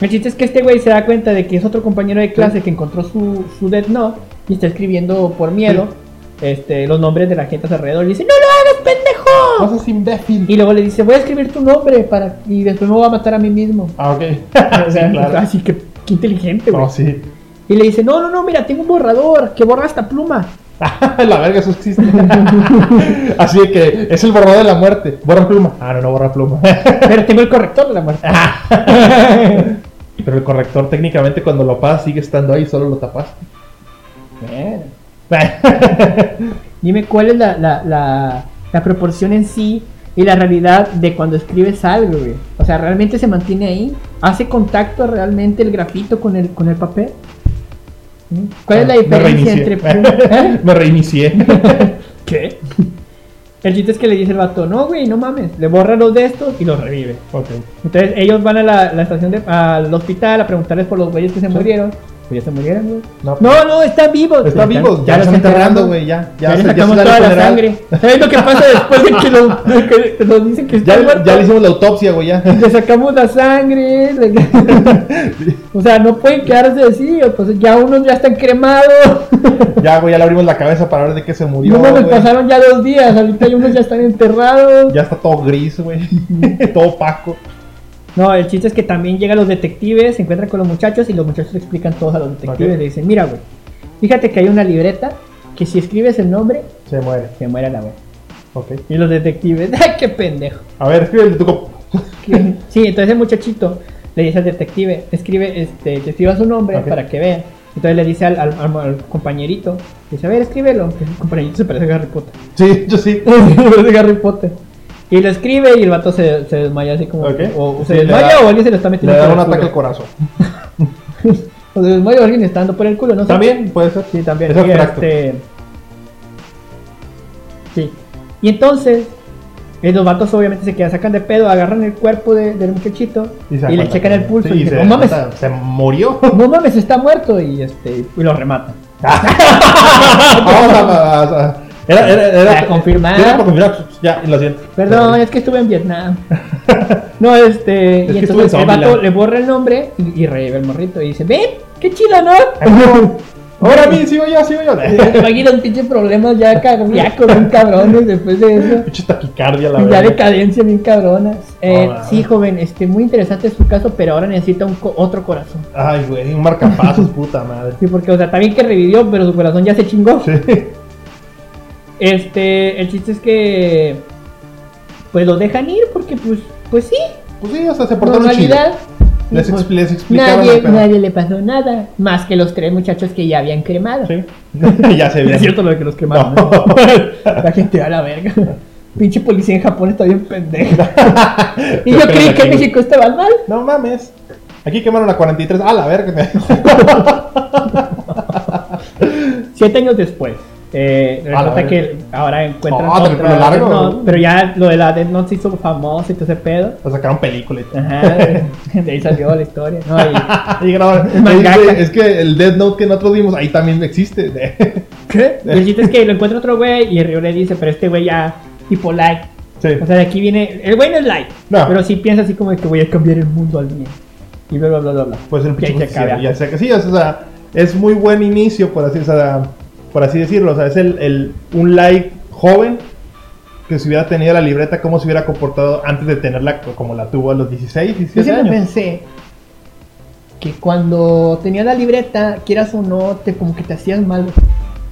Speaker 1: el chiste es que este güey se da cuenta de que es otro compañero de clase que encontró su, su Death Note y está escribiendo por miedo. Este, los nombres de la gente a su alrededor y dice, no lo hagas, pendejo.
Speaker 2: No seas imbécil.
Speaker 1: Y luego le dice, voy a escribir tu nombre para y después me voy a matar a mí mismo. [laughs]
Speaker 2: Ah, ok.
Speaker 1: O sea, Oh.
Speaker 2: Sí, claro.
Speaker 1: así que qué inteligente, güey.
Speaker 2: No, sí. [laughs]
Speaker 1: Y le dice, no, no, no, mira, tengo un borrador que borra esta pluma.
Speaker 2: la verga, eso existe. [laughs] Así de que es el borrador de la muerte. Borra pluma. Ah, no, no borra pluma. [laughs]
Speaker 1: Pero tengo el corrector de la muerte.
Speaker 2: [laughs] Pero el corrector técnicamente cuando lo pasas sigue estando ahí, solo lo tapaste.
Speaker 1: Bueno. [laughs] Dime cuál es la, la, la, la proporción en sí y la realidad de cuando escribes algo, güey. O sea, ¿realmente se mantiene ahí? ¿Hace contacto realmente el grafito con el, con el papel? ¿Mm? ¿Cuál es la
Speaker 2: Ah, Me
Speaker 1: diferencia
Speaker 2: reinicié.
Speaker 1: entre
Speaker 2: [laughs]
Speaker 1: pluma? [laughs] ¿Eh?
Speaker 2: Me reinicié.
Speaker 1: ¿Qué? El chiste es que le dice el vato, no, güey, no mames. Le borra los de estos y los revive.
Speaker 2: ok.
Speaker 1: Entonces ellos van a la, la estación de, al hospital a preguntarles por los güeyes que se murieron. Pues ya se murieron, güey.
Speaker 2: No,
Speaker 1: No, no, están vivos.
Speaker 2: está
Speaker 1: Pues,
Speaker 2: vivo. Ya, lo
Speaker 1: los
Speaker 2: están enterrando,
Speaker 1: enterramos.
Speaker 2: güey. Ya,
Speaker 1: Ya, le
Speaker 2: se-
Speaker 1: sacamos
Speaker 2: se da el
Speaker 1: toda la
Speaker 2: funeral.
Speaker 1: sangre. ¿Sabes lo que pasa después de que lo, de que te lo dicen que está
Speaker 2: Ya,
Speaker 1: muerto?
Speaker 2: ya le
Speaker 1: [laughs]
Speaker 2: hicimos la autopsia, güey. Ya.
Speaker 1: Le sacamos la sangre. le-
Speaker 2: [laughs]
Speaker 1: O sea, no pueden quedarse así. o Pues ya unos ya están cremados.
Speaker 2: Ya, güey, ya le abrimos la cabeza para ver de qué se murió.
Speaker 1: no mames,
Speaker 2: güey.
Speaker 1: pasaron ya dos días. Ahorita ya unos ya están enterrados.
Speaker 2: Ya está todo gris, güey. [laughs]
Speaker 1: [laughs]
Speaker 2: todo opaco.
Speaker 1: No, el chiste es que también llegan los detectives, se encuentran con los muchachos y los muchachos le explican todos a los detectives.
Speaker 2: Ok.
Speaker 1: Le dicen, mira, güey, fíjate que hay una libreta que si escribes el nombre,
Speaker 2: Se muere.
Speaker 1: se muere la güey.
Speaker 2: Ok.
Speaker 1: Y los detectives, [laughs] ¡ay, qué pendejo!
Speaker 2: A ver, escribe el de tu cop-
Speaker 1: Que- sí, entonces el muchachito le dice al detective, escribe, este, que escriba su nombre
Speaker 2: Ok.
Speaker 1: para que vea. Entonces le dice al, al- al- al compañerito, dice, a ver, escríbelo. El compañerito se parece a Harry
Speaker 2: [laughs]
Speaker 1: Potter.
Speaker 2: Sí, yo sí.
Speaker 1: Se parece a Harry Potter. Y lo escribe y el vato se, se desmaya así como...
Speaker 2: Ok.
Speaker 1: O, o
Speaker 2: Sí,
Speaker 1: se
Speaker 2: le
Speaker 1: desmaya
Speaker 2: da-
Speaker 1: o alguien se lo está metiendo
Speaker 2: Le
Speaker 1: por
Speaker 2: da
Speaker 1: el
Speaker 2: un
Speaker 1: culo.
Speaker 2: ataque al corazón.
Speaker 1: O sea, Mario alguien está dando por el culo, ¿no? sé.
Speaker 2: También puede ser.
Speaker 1: Sí, también.
Speaker 2: Es
Speaker 1: Y,
Speaker 2: abstracto.
Speaker 1: este... Sí. Y entonces, eh, los vatos obviamente se quedan, sacan de pedo, agarran el cuerpo de- del muchachito y,
Speaker 2: se da
Speaker 1: le
Speaker 2: cuenta
Speaker 1: checan el
Speaker 2: que-
Speaker 1: pulso.
Speaker 2: sí,
Speaker 1: y
Speaker 2: se,
Speaker 1: dicen,
Speaker 2: da
Speaker 1: no mames,
Speaker 2: cuenta,
Speaker 1: [laughs]
Speaker 2: se murió.
Speaker 1: no mames, está muerto. Y este y lo rematan.
Speaker 2: Ah, Vamos a- a- a- a- Era, era, era,
Speaker 1: Para confirmar.
Speaker 2: Era para confirmar. Ya, lo siento.
Speaker 1: Perdón, es que estuve en Vietnam. [laughs] No, este.
Speaker 2: Es
Speaker 1: y
Speaker 2: que estuve
Speaker 1: entonces
Speaker 2: en
Speaker 1: el [laughs]
Speaker 2: Zombieland.
Speaker 1: vato le borra el nombre y, y revive el morrito. Y dice, ven, qué chido, ¿no?
Speaker 2: Ay, no. Ahora a mí, sigo yo, sigo yo.
Speaker 1: Te imaginas un pinche problema ya cardíaco, bien cabrones después de eso.
Speaker 2: [laughs] Pinche taquicardia, la
Speaker 1: Ya
Speaker 2: verdad.
Speaker 1: decadencia bien cabronas. Eh,
Speaker 2: Hola.
Speaker 1: sí, joven, este, muy interesante su caso, pero ahora necesita un co- otro corazón.
Speaker 2: Ay, güey, un
Speaker 1: [laughs]
Speaker 2: marcapasos, puta madre.
Speaker 1: Sí, porque, o sea, está bien que revivió, pero su corazón ya se chingó.
Speaker 2: Sí.
Speaker 1: Este, el chiste es que. Pues los dejan ir porque, pues, pues sí.
Speaker 2: Pues sí, o sea, se portaron chido.
Speaker 1: Normalidad.
Speaker 2: Les,
Speaker 1: Pues,
Speaker 2: ex- les explicaban
Speaker 1: nadie,
Speaker 2: el pedo.
Speaker 1: nadie le pasó nada. Más que los tres muchachos que ya habían cremado. [laughs]
Speaker 2: Sí. [laughs] ya se
Speaker 1: Es
Speaker 2: ve.
Speaker 1: cierto lo de que los quemaron.
Speaker 2: No.
Speaker 1: ¿no? [laughs] La gente a la
Speaker 2: [laughs]
Speaker 1: verga. Pinche policía en Japón está bien pendeja. Y yo
Speaker 2: Yo creo
Speaker 1: creí que
Speaker 2: que
Speaker 1: en
Speaker 2: aquí-
Speaker 1: México estaba mal.
Speaker 2: No mames. Aquí quemaron a 43. Ah, la [laughs] verga.
Speaker 1: Siete años después. Eh,
Speaker 2: A la
Speaker 1: resulta
Speaker 2: verga.
Speaker 1: que ahora encuentran
Speaker 2: Ah,
Speaker 1: otra.
Speaker 2: ¿pero largo?
Speaker 1: no, pero ya lo de la Death Note se hizo famoso y todo ese pedo.
Speaker 2: La sacaron película y todo. [laughs]
Speaker 1: Ajá, de ahí salió la historia. No, y-
Speaker 2: Y
Speaker 1: [laughs]
Speaker 2: grabaron.
Speaker 1: Es mangaka.
Speaker 2: Es que, es que el Death Note que nosotros vimos ahí también existe. [laughs]
Speaker 1: ¿Qué? Y el chiste es que lo encuentra otro güey y el Ryo le dice, pero este güey ya tipo like.
Speaker 2: Sí.
Speaker 1: O sea, de aquí viene... El güey no es like,
Speaker 2: No.
Speaker 1: pero sí piensa así como de que voy a cambiar el mundo al bien. Y bla, bla, bla, bla. bla.
Speaker 2: Pues el
Speaker 1: Y ahí
Speaker 2: pinche
Speaker 1: se acaba.
Speaker 2: justiciero, ya sea que sí, o sea, es muy buen inicio, por así, o sea, por así decirlo. O sea, es el, el- un like joven que si hubiera tenido la libreta, cómo se hubiera comportado antes de tenerla co- como la tuvo a los 16,
Speaker 1: Yo
Speaker 2: 17
Speaker 1: siempre
Speaker 2: años.
Speaker 1: pensé que cuando tenía la libreta, quieras o no, te como que te hacías malo.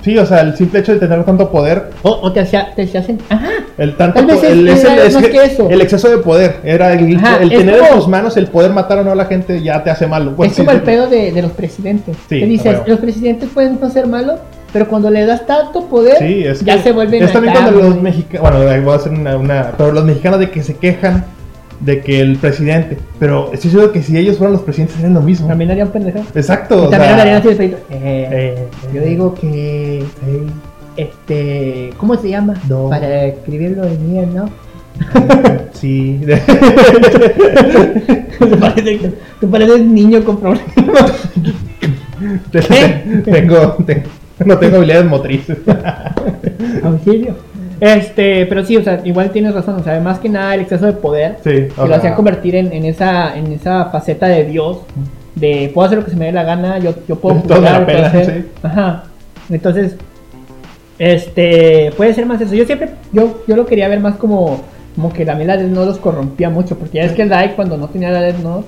Speaker 2: Sí, o sea, el simple hecho de tener tanto poder,
Speaker 1: O, o te hacía, te hacía sen- Ajá.
Speaker 2: el tanto
Speaker 1: Tal vez
Speaker 2: po-
Speaker 1: es-
Speaker 2: el,
Speaker 1: era
Speaker 2: el-
Speaker 1: más
Speaker 2: que-
Speaker 1: que eso.
Speaker 2: el exceso de poder, era el,
Speaker 1: Ajá,
Speaker 2: el
Speaker 1: es
Speaker 2: tener en
Speaker 1: como-
Speaker 2: tus manos el poder matar o no a la gente ya te hace malo. pues,
Speaker 1: es como
Speaker 2: sí,
Speaker 1: el
Speaker 2: sí.
Speaker 1: pedo de, de los presidentes.
Speaker 2: Sí,
Speaker 1: que
Speaker 2: a
Speaker 1: dices,
Speaker 2: huevo.
Speaker 1: los presidentes pueden no ser malos, pero cuando le das tanto poder,
Speaker 2: Sí, es
Speaker 1: ya
Speaker 2: que
Speaker 1: se vuelven
Speaker 2: Es también
Speaker 1: acá,
Speaker 2: cuando los
Speaker 1: güey.
Speaker 2: mexicanos. Bueno, ahí voy a hacer una, una- Pero los mexicanos de que se quejan de que el presidente. Pero estoy seguro que si ellos fueran los presidentes serían lo mismo.
Speaker 1: También harían pendejo.
Speaker 2: Exacto.
Speaker 1: Y
Speaker 2: o
Speaker 1: también
Speaker 2: sea,
Speaker 1: hablarían así de feito. Eh,
Speaker 2: eh,
Speaker 1: Yo digo que. [laughs]
Speaker 2: eh,
Speaker 1: Este. ¿Cómo se llama?
Speaker 2: No.
Speaker 1: Para escribirlo en bien, ¿no?
Speaker 2: sí. [laughs]
Speaker 1: tú, pareces, tú pareces niño con problemas. ¿Eh?
Speaker 2: tengo, tengo- No tengo habilidades motrices. [laughs]
Speaker 1: Auxilio. Este, pero sí, o sea, igual tienes razón, o sea, más que nada el exceso de poder
Speaker 2: Sí.
Speaker 1: que lo hacía convertir en, en esa en esa faceta de Dios, de puedo hacer lo que se me dé la gana, yo, yo puedo
Speaker 2: [laughs] Todo me la
Speaker 1: juzgar, puedo
Speaker 2: pela,
Speaker 1: hacer-
Speaker 2: sí.
Speaker 1: Ajá. Entonces, este, puede ser más eso. Yo siempre, yo, yo lo quería ver más como, como que también la Death Note los corrompía mucho, porque ya es que el Dai cuando no tenía la Death Note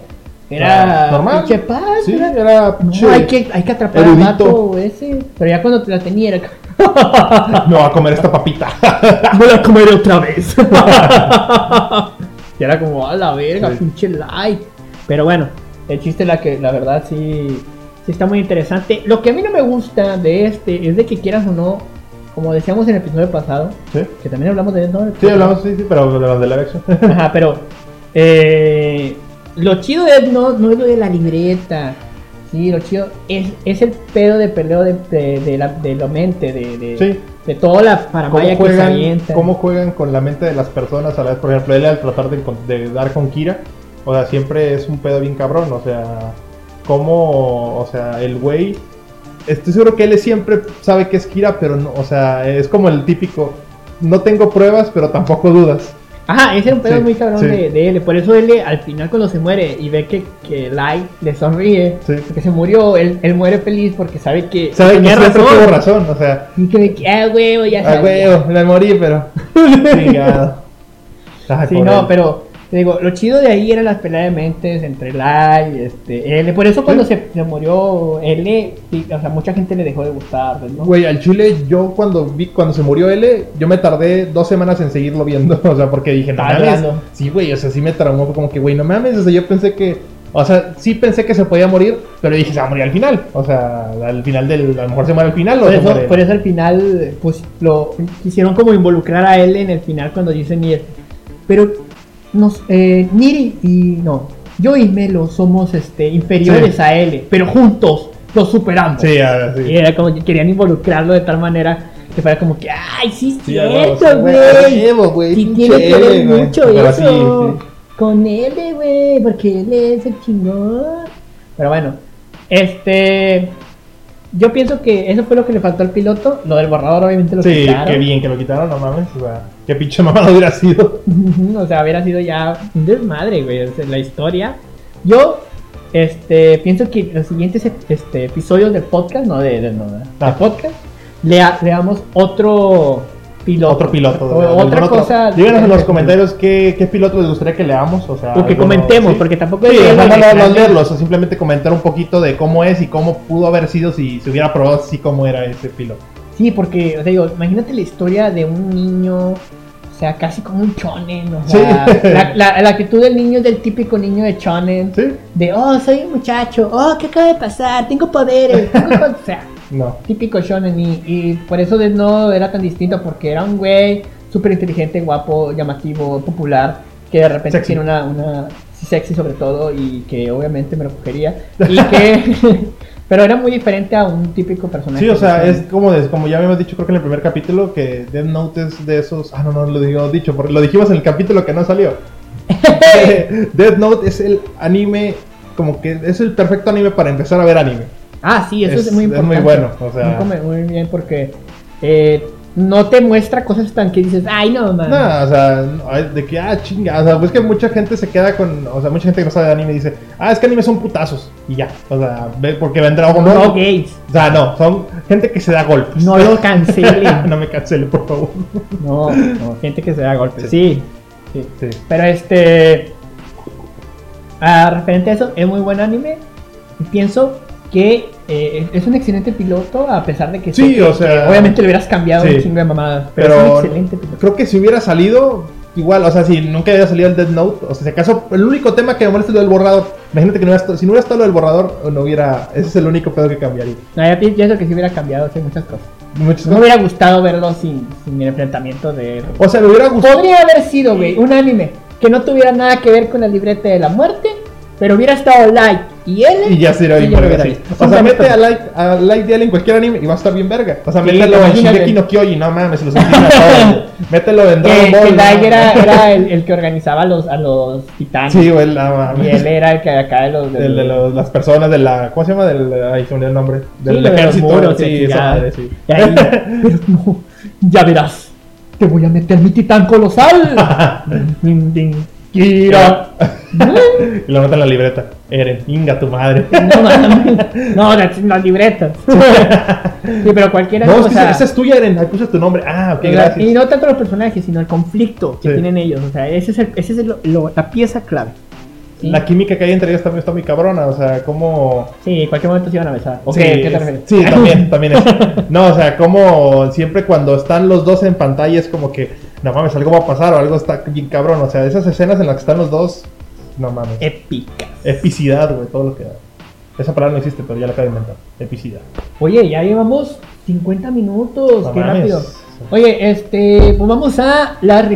Speaker 1: era
Speaker 2: Ah, normal.
Speaker 1: pinche paz,
Speaker 2: Sí,
Speaker 1: era-
Speaker 2: era
Speaker 1: no,
Speaker 2: pinche-
Speaker 1: hay que, hay que atrapar al
Speaker 2: erudito.
Speaker 1: vato ese. Pero ya cuando la tenía era
Speaker 2: Me voy a comer esta papita. [laughs]
Speaker 1: Voy a comer otra vez. y era como, a la verga,
Speaker 2: Sí.
Speaker 1: pinche like. Pero bueno, el chiste, la que la verdad sí, sí está muy interesante. Lo que a mí no me gusta de este es de que quieras o no, como decíamos en el episodio pasado,
Speaker 2: Sí.
Speaker 1: que también hablamos de ¿no?
Speaker 2: Sí, hablamos, sí, sí, pero de la de la acción.
Speaker 1: [laughs] Ajá, pero eh, lo chido es no, no es lo de la libreta. Sí, lo chido es, es el pedo de peleo de, de, de la, de la mente, de, de,
Speaker 2: Sí.
Speaker 1: de toda la paramaya
Speaker 2: ¿Cómo
Speaker 1: que se
Speaker 2: juegan,
Speaker 1: avienta.
Speaker 2: cómo juegan con la mente de las personas a la vez? Por ejemplo, él al tratar de, encon- de dar con Kira, o sea, siempre es un pedo bien cabrón, o sea, cómo, o sea, el güey, estoy seguro que él siempre sabe que es Kira, pero no, o sea, es como el típico, no tengo pruebas, pero tampoco dudas.
Speaker 1: Ajá, ese es un pedo
Speaker 2: Sí,
Speaker 1: muy cabrón
Speaker 2: sí.
Speaker 1: de, de L. Por eso L al final cuando se muere y ve que, que Light le sonríe,
Speaker 2: Sí.
Speaker 1: porque se murió, él, él muere feliz porque sabe que
Speaker 2: Sabe que
Speaker 1: tenía
Speaker 2: siempre tuvo razón, o sea,
Speaker 1: Y que, de que, ah, huevo, ya
Speaker 2: ah,
Speaker 1: sabía.
Speaker 2: güey, me morí,
Speaker 1: [laughs]
Speaker 2: pero... Chingado. Ah,
Speaker 1: Sí,
Speaker 2: por
Speaker 1: no,
Speaker 2: él.
Speaker 1: pero te digo, lo chido de ahí eran las peleas de mentes entre Lai y este, L. Por eso cuando
Speaker 2: Sí.
Speaker 1: se, se murió L, sí, o sea, mucha gente le dejó de gustar, pues, ¿no?
Speaker 2: Güey, al chile, yo cuando vi cuando se murió L, yo me tardé dos semanas en seguirlo viendo. [laughs] O sea, porque dije, no
Speaker 1: Estaba
Speaker 2: mames.
Speaker 1: llorando.
Speaker 2: Sí, güey, o sea, sí me traumó. Fue como que, güey, no mames. O sea, yo pensé que. O sea, sí pensé que se podía morir, pero dije, se va a morir al final. O sea, al final del. A lo mejor se muere al final o
Speaker 1: Por
Speaker 2: se
Speaker 1: eso,
Speaker 2: muere.
Speaker 1: por eso al final, pues lo quisieron como involucrar a él en el final cuando dice Nier. Pero nos, eh, Niri y no, yo y Melo somos este, inferiores
Speaker 2: Sí.
Speaker 1: a él, pero juntos lo superamos.
Speaker 2: Sí, a ver,
Speaker 1: Y
Speaker 2: sí.
Speaker 1: era como que querían involucrarlo de tal manera que fuera como que, ay, sí, es
Speaker 2: Sí, a huevo, sí,
Speaker 1: cierto,
Speaker 2: güey, a
Speaker 1: güey.
Speaker 2: huevo, güey,
Speaker 1: Sí,
Speaker 2: pinche
Speaker 1: tiene que ver
Speaker 2: L, güey.
Speaker 1: mucho
Speaker 2: Pero sí,
Speaker 1: eso
Speaker 2: sí.
Speaker 1: con él, eh, güey, porque él es el chingón. Pero bueno, este. Yo pienso que eso fue lo que le faltó al piloto. Lo del borrador, obviamente, lo
Speaker 2: Sí,
Speaker 1: quitaron.
Speaker 2: qué bien que lo quitaron, no mames. O sea, qué pinche [laughs] mamada hubiera sido.
Speaker 1: [laughs] o sea, hubiera sido ya un desmadre, güey, o sea, la historia. Yo Este, pienso que los siguientes este, episodios del podcast, no de, de- no, de-
Speaker 2: Ah.
Speaker 1: del podcast, le, ha- le damos otro piloto.
Speaker 2: Otro piloto.
Speaker 1: O-
Speaker 2: de este algún
Speaker 1: otra
Speaker 2: otro.
Speaker 1: cosa.
Speaker 2: Díganos en los comentarios qué, qué piloto les gustaría que leamos. O sea,
Speaker 1: O que
Speaker 2: alguno-
Speaker 1: comentemos,
Speaker 2: sí.
Speaker 1: porque tampoco
Speaker 2: Sí,
Speaker 1: es que-
Speaker 2: no, no, no, no leerlos, es simplemente comentar un poquito de cómo es y cómo pudo haber sido si se hubiera probado así como era ese piloto.
Speaker 1: Sí, porque, o sea, digo, imagínate la historia de un niño, o sea, casi como un chonen, o
Speaker 2: Sí.
Speaker 1: sea, la, la- la actitud del niño es del típico niño de chonen,
Speaker 2: ¿Sí?
Speaker 1: de, oh, soy un muchacho, oh, ¿qué acaba de pasar? Tengo poderes,
Speaker 2: [laughs]
Speaker 1: tengo con-". o sea,
Speaker 2: No.
Speaker 1: típico shonen y, y por eso de no era tan distinto porque era un güey súper inteligente, guapo, llamativo, popular, que de repente
Speaker 2: Sexy.
Speaker 1: tiene una, una sí, sexy sobre todo y que obviamente me lo cogería
Speaker 2: [laughs]
Speaker 1: y que [laughs] pero era muy diferente a un típico personaje.
Speaker 2: Sí, o sea,
Speaker 1: de
Speaker 2: es
Speaker 1: shonen.
Speaker 2: como, de- como ya habíamos dicho creo que en el primer capítulo que Death Note es de esos... Ah, no, no lo digo dicho, porque lo dijimos en el capítulo que
Speaker 1: [laughs]
Speaker 2: no salió. [laughs] Death Note es el anime, como que es el perfecto anime para empezar a ver anime.
Speaker 1: Ah, sí, eso es,
Speaker 2: es-
Speaker 1: muy
Speaker 2: es muy
Speaker 1: importante.
Speaker 2: bueno, o sea.
Speaker 1: Muy come- muy bien porque eh, no te muestra cosas tan que dices, ay no man.
Speaker 2: No, o sea, no, ay, de que, ah, chinga, o sea, pues que mucha gente se queda con, o sea, mucha gente que no sabe de anime dice, ah, es que anime son putazos, y ya, o sea, ve- porque ven Dragon Ball.
Speaker 1: No gays,
Speaker 2: O sea, no, son gente que se da golpes.
Speaker 1: no lo cancelen.
Speaker 2: [laughs] no me cancele, por favor.
Speaker 1: No, no, gente que se da golpes. sí. sí.
Speaker 2: Sí.
Speaker 1: Pero este. ah, referente a eso, es muy buen anime. Y pienso que eh, es un excelente piloto, a pesar de que.
Speaker 2: Sí,
Speaker 1: sé que-
Speaker 2: o sea,
Speaker 1: que obviamente le hubieras cambiado
Speaker 2: sí.
Speaker 1: un chingo de mamadas. Pero, es un
Speaker 2: Pero
Speaker 1: excelente piloto.
Speaker 2: creo que si hubiera salido, igual, o sea, si nunca hubiera salido el Dead Note, o sea, si acaso, el único tema que me molesta es lo del borrador. Imagínate que no hubiera estado- si no hubiera estado lo del borrador, no hubiera, ese es el único pedo que cambiaría.
Speaker 1: No, yo pi- pienso que sí hubiera cambiado sí, muchas cosas.
Speaker 2: Muchas
Speaker 1: No me
Speaker 2: cosas-
Speaker 1: hubiera gustado verlo sin, sin el enfrentamiento de.
Speaker 2: O sea, me hubiera gustado.
Speaker 1: Podría haber sido, güey, un anime que no tuviera nada que ver con el librete de la muerte, pero hubiera estado Light y él.
Speaker 2: Y ya será bien
Speaker 1: lo
Speaker 2: verga.
Speaker 1: hubiera
Speaker 2: sí.
Speaker 1: visto.
Speaker 2: O sea,
Speaker 1: Simplemente-
Speaker 2: mete a like, a like de en cualquier anime y va a estar bien verga. O sea,
Speaker 1: Sí,
Speaker 2: mételo en
Speaker 1: imagínate.
Speaker 2: Shingeki no Kyojin, no mames, los
Speaker 1: [laughs]
Speaker 2: entiendo a todos. Mételo en
Speaker 1: Que,
Speaker 2: Dragon Ball.
Speaker 1: que
Speaker 2: no
Speaker 1: Light
Speaker 2: mames.
Speaker 1: era, era el, el que organizaba a los, a los titanes.
Speaker 2: [laughs] Sí, güey, la mames.
Speaker 1: Y él era el E. que acá de los.
Speaker 2: El de los- las personas de la. ¿Cómo se llama? Del, ay, se me olvidó el nombre. Del
Speaker 1: Sí, lo de los
Speaker 2: ejército.
Speaker 1: muros,
Speaker 2: sí,
Speaker 1: sí,
Speaker 2: esa
Speaker 1: ya.
Speaker 2: madre,
Speaker 1: [laughs]
Speaker 2: sí.
Speaker 1: Y ahí, pero no, ya verás. Te voy a meter mi titán colosal. Din, din, din. Kira.
Speaker 2: [laughs] Y lo nota en la libreta. Eren, inga
Speaker 1: [laughs]
Speaker 2: tu madre.
Speaker 1: No, mames. no, las, las libretas. Sí, pero cualquiera.
Speaker 2: No,
Speaker 1: no,
Speaker 2: es
Speaker 1: o
Speaker 2: que
Speaker 1: sea,
Speaker 2: esa es tuya, Eren. Ahí puse tu nombre. Ah, ok,
Speaker 1: o sea,
Speaker 2: gracias.
Speaker 1: y no tanto los personajes, sino el conflicto que
Speaker 2: Sí.
Speaker 1: tienen ellos. O sea, ese es, el, ese es el- lo- la pieza clave. Sí,
Speaker 2: La química que hay entre ellos también está muy cabrona. O sea, como.
Speaker 1: Sí, en cualquier momento se iban a besar. ¿O
Speaker 2: Sí,
Speaker 1: qué- qué te refieres?
Speaker 2: sí, también, también es. No, o sea, como siempre cuando están los dos en pantalla es como que, no mames, algo va a pasar o algo está bien cabrón. O sea, esas escenas en las que están los dos, no mames.
Speaker 1: Épica.
Speaker 2: Epicidad, güey, todo lo que da. Esa palabra no existe, pero ya la acabo de inventar. Epicidad.
Speaker 1: [laughs] Oye, ya llevamos 50 minutos,
Speaker 2: No
Speaker 1: qué
Speaker 2: mames.
Speaker 1: rápido. Oye, este, pues vamos a las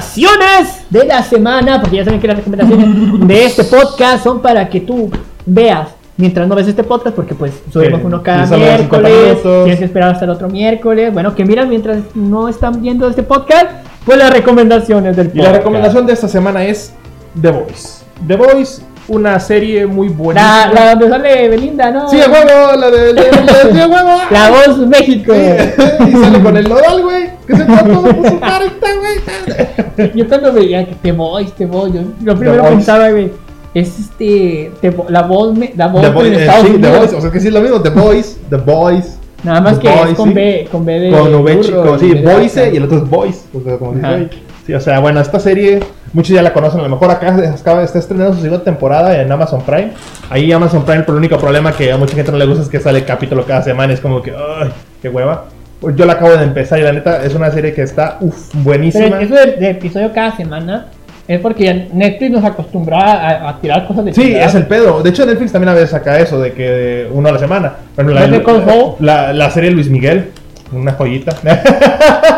Speaker 1: recomendaciones de la semana, porque ya saben que las
Speaker 2: [laughs]
Speaker 1: recomendaciones de este podcast son para que tú veas mientras no ves este podcast, porque pues subimos
Speaker 2: Sí,
Speaker 1: uno cada
Speaker 2: y solo ves 50
Speaker 1: miércoles,
Speaker 2: minutos.
Speaker 1: tienes que esperar hasta el otro miércoles. Bueno, que miran mientras no están viendo este podcast, pues las recomendaciones del
Speaker 2: Y
Speaker 1: podcast.
Speaker 2: la recomendación de esta semana es The Voice. The Voice, una serie muy buena.
Speaker 1: La, la donde sale Belinda, ¿no?
Speaker 2: Sí, a huevo, la de... La de, la de- sí, a huevo.
Speaker 1: La voz México.
Speaker 2: Sí, y sale con el nodal, güey. Que se está todo por su carita, güey.
Speaker 1: Yo cuando veía que te voy, te voy, yo lo primero
Speaker 2: Voice.
Speaker 1: pensaba, güey, es este, te vo- la voz, me- la voz
Speaker 2: The
Speaker 1: en
Speaker 2: Boys, eh,
Speaker 1: Estados
Speaker 2: sí, The
Speaker 1: Unidos.
Speaker 2: Boys, o sea que sí es lo mismo, The Boys, The Boys,
Speaker 1: Nada más
Speaker 2: The
Speaker 1: que
Speaker 2: Boys,
Speaker 1: es con
Speaker 2: sí.
Speaker 1: B, con B de
Speaker 2: con V
Speaker 1: burro,
Speaker 2: chico, sí,
Speaker 1: y B de
Speaker 2: Boys
Speaker 1: vaca.
Speaker 2: y el otro es Boys, o sea, como dice,
Speaker 1: Ajá.
Speaker 2: "Ay". sí, o sea, bueno, esta serie, muchos ya la conocen, a lo mejor acá se- acaba está estrenando su segunda temporada en Amazon Prime, ahí Amazon Prime, pero el único problema que a mucha gente no le gusta es que sale capítulo cada semana, es como que, ay, qué hueva, Pues yo la acabo de empezar y la neta, es una serie que está, uff,
Speaker 1: Pero
Speaker 2: buenísima,
Speaker 1: eso de, de episodio cada semana es porque ya Netflix nos acostumbraba a, a tirar cosas de
Speaker 2: Sí,
Speaker 1: chingadas.
Speaker 2: es el pedo. De hecho, Netflix también a veces saca eso, de que uno a la semana. Por ejemplo,
Speaker 1: ¿No te colgó?
Speaker 2: la, la serie Luis Miguel, una joyita.
Speaker 1: [laughs]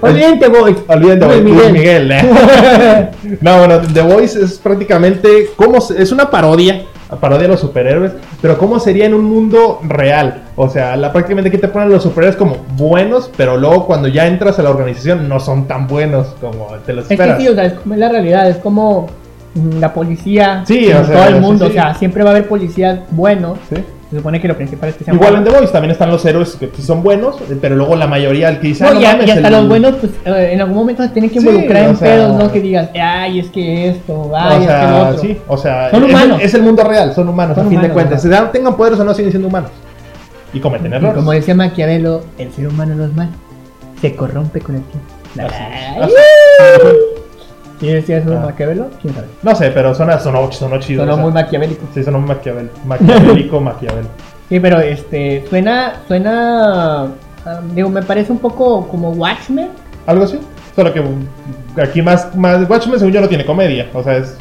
Speaker 1: Olvídate, Boys.
Speaker 2: Olvídate,
Speaker 1: Luis
Speaker 2: Luis Miguel.
Speaker 1: Miguel.
Speaker 2: eh. [laughs] no, bueno, The Voice es prácticamente como se- es una parodia, parodia de los superhéroes, pero cómo sería en un mundo real. O sea, la, prácticamente aquí te ponen los superhéroes como buenos, pero luego cuando ya entras a la organización no son tan buenos como te los
Speaker 1: Es que
Speaker 2: esperas.
Speaker 1: sí, o sea, es como es la realidad, es como mm, la policía,
Speaker 2: Sí,
Speaker 1: como
Speaker 2: o sea,
Speaker 1: todo el
Speaker 2: sí,
Speaker 1: mundo,
Speaker 2: sí.
Speaker 1: o sea, siempre va a haber policías buenos
Speaker 2: Sí.
Speaker 1: Se supone que lo principal es que sean
Speaker 2: Igual en
Speaker 1: buenos.
Speaker 2: The Voice también están los héroes que sí son buenos, pero luego la mayoría, el que dice, ah,
Speaker 1: No, ya,
Speaker 2: mames,
Speaker 1: y hasta
Speaker 2: el-
Speaker 1: los buenos, pues eh, en algún momento se tienen que
Speaker 2: Sí,
Speaker 1: involucrar
Speaker 2: o
Speaker 1: en
Speaker 2: sea-
Speaker 1: pedos, ¿no? Que digas, ay, es que esto, ay, es
Speaker 2: o
Speaker 1: que lo
Speaker 2: sea,
Speaker 1: otro.
Speaker 2: sí, o sea,
Speaker 1: Son
Speaker 2: es-
Speaker 1: humanos.
Speaker 2: Es, el mundo real, son humanos,
Speaker 1: Son
Speaker 2: a fin de
Speaker 1: humanos,
Speaker 2: cuentas.
Speaker 1: ajá.
Speaker 2: Sean- Tengan poderes o no, siguen siendo humanos. Y cometen
Speaker 1: Y
Speaker 2: errores.
Speaker 1: como decía Maquiavelo, el ser humano no es malo, se corrompe con el tiempo. Ay,
Speaker 2: Así-
Speaker 1: ¿Quién decía eso de
Speaker 2: Ah.
Speaker 1: Maquiavelo? ¿Quién sabe?
Speaker 2: No sé, pero suena, sonó, sonó chido.
Speaker 1: Sonó
Speaker 2: o sea,
Speaker 1: muy maquiavélico.
Speaker 2: Sí, sonó maquiavel, maquiavélico, maquiavel.
Speaker 1: Sí, pero este, suena, suena, ah, digo, me parece un poco como Watchmen.
Speaker 2: Algo así. Solo que um, aquí más, más Watchmen según yo no tiene comedia. O sea, es...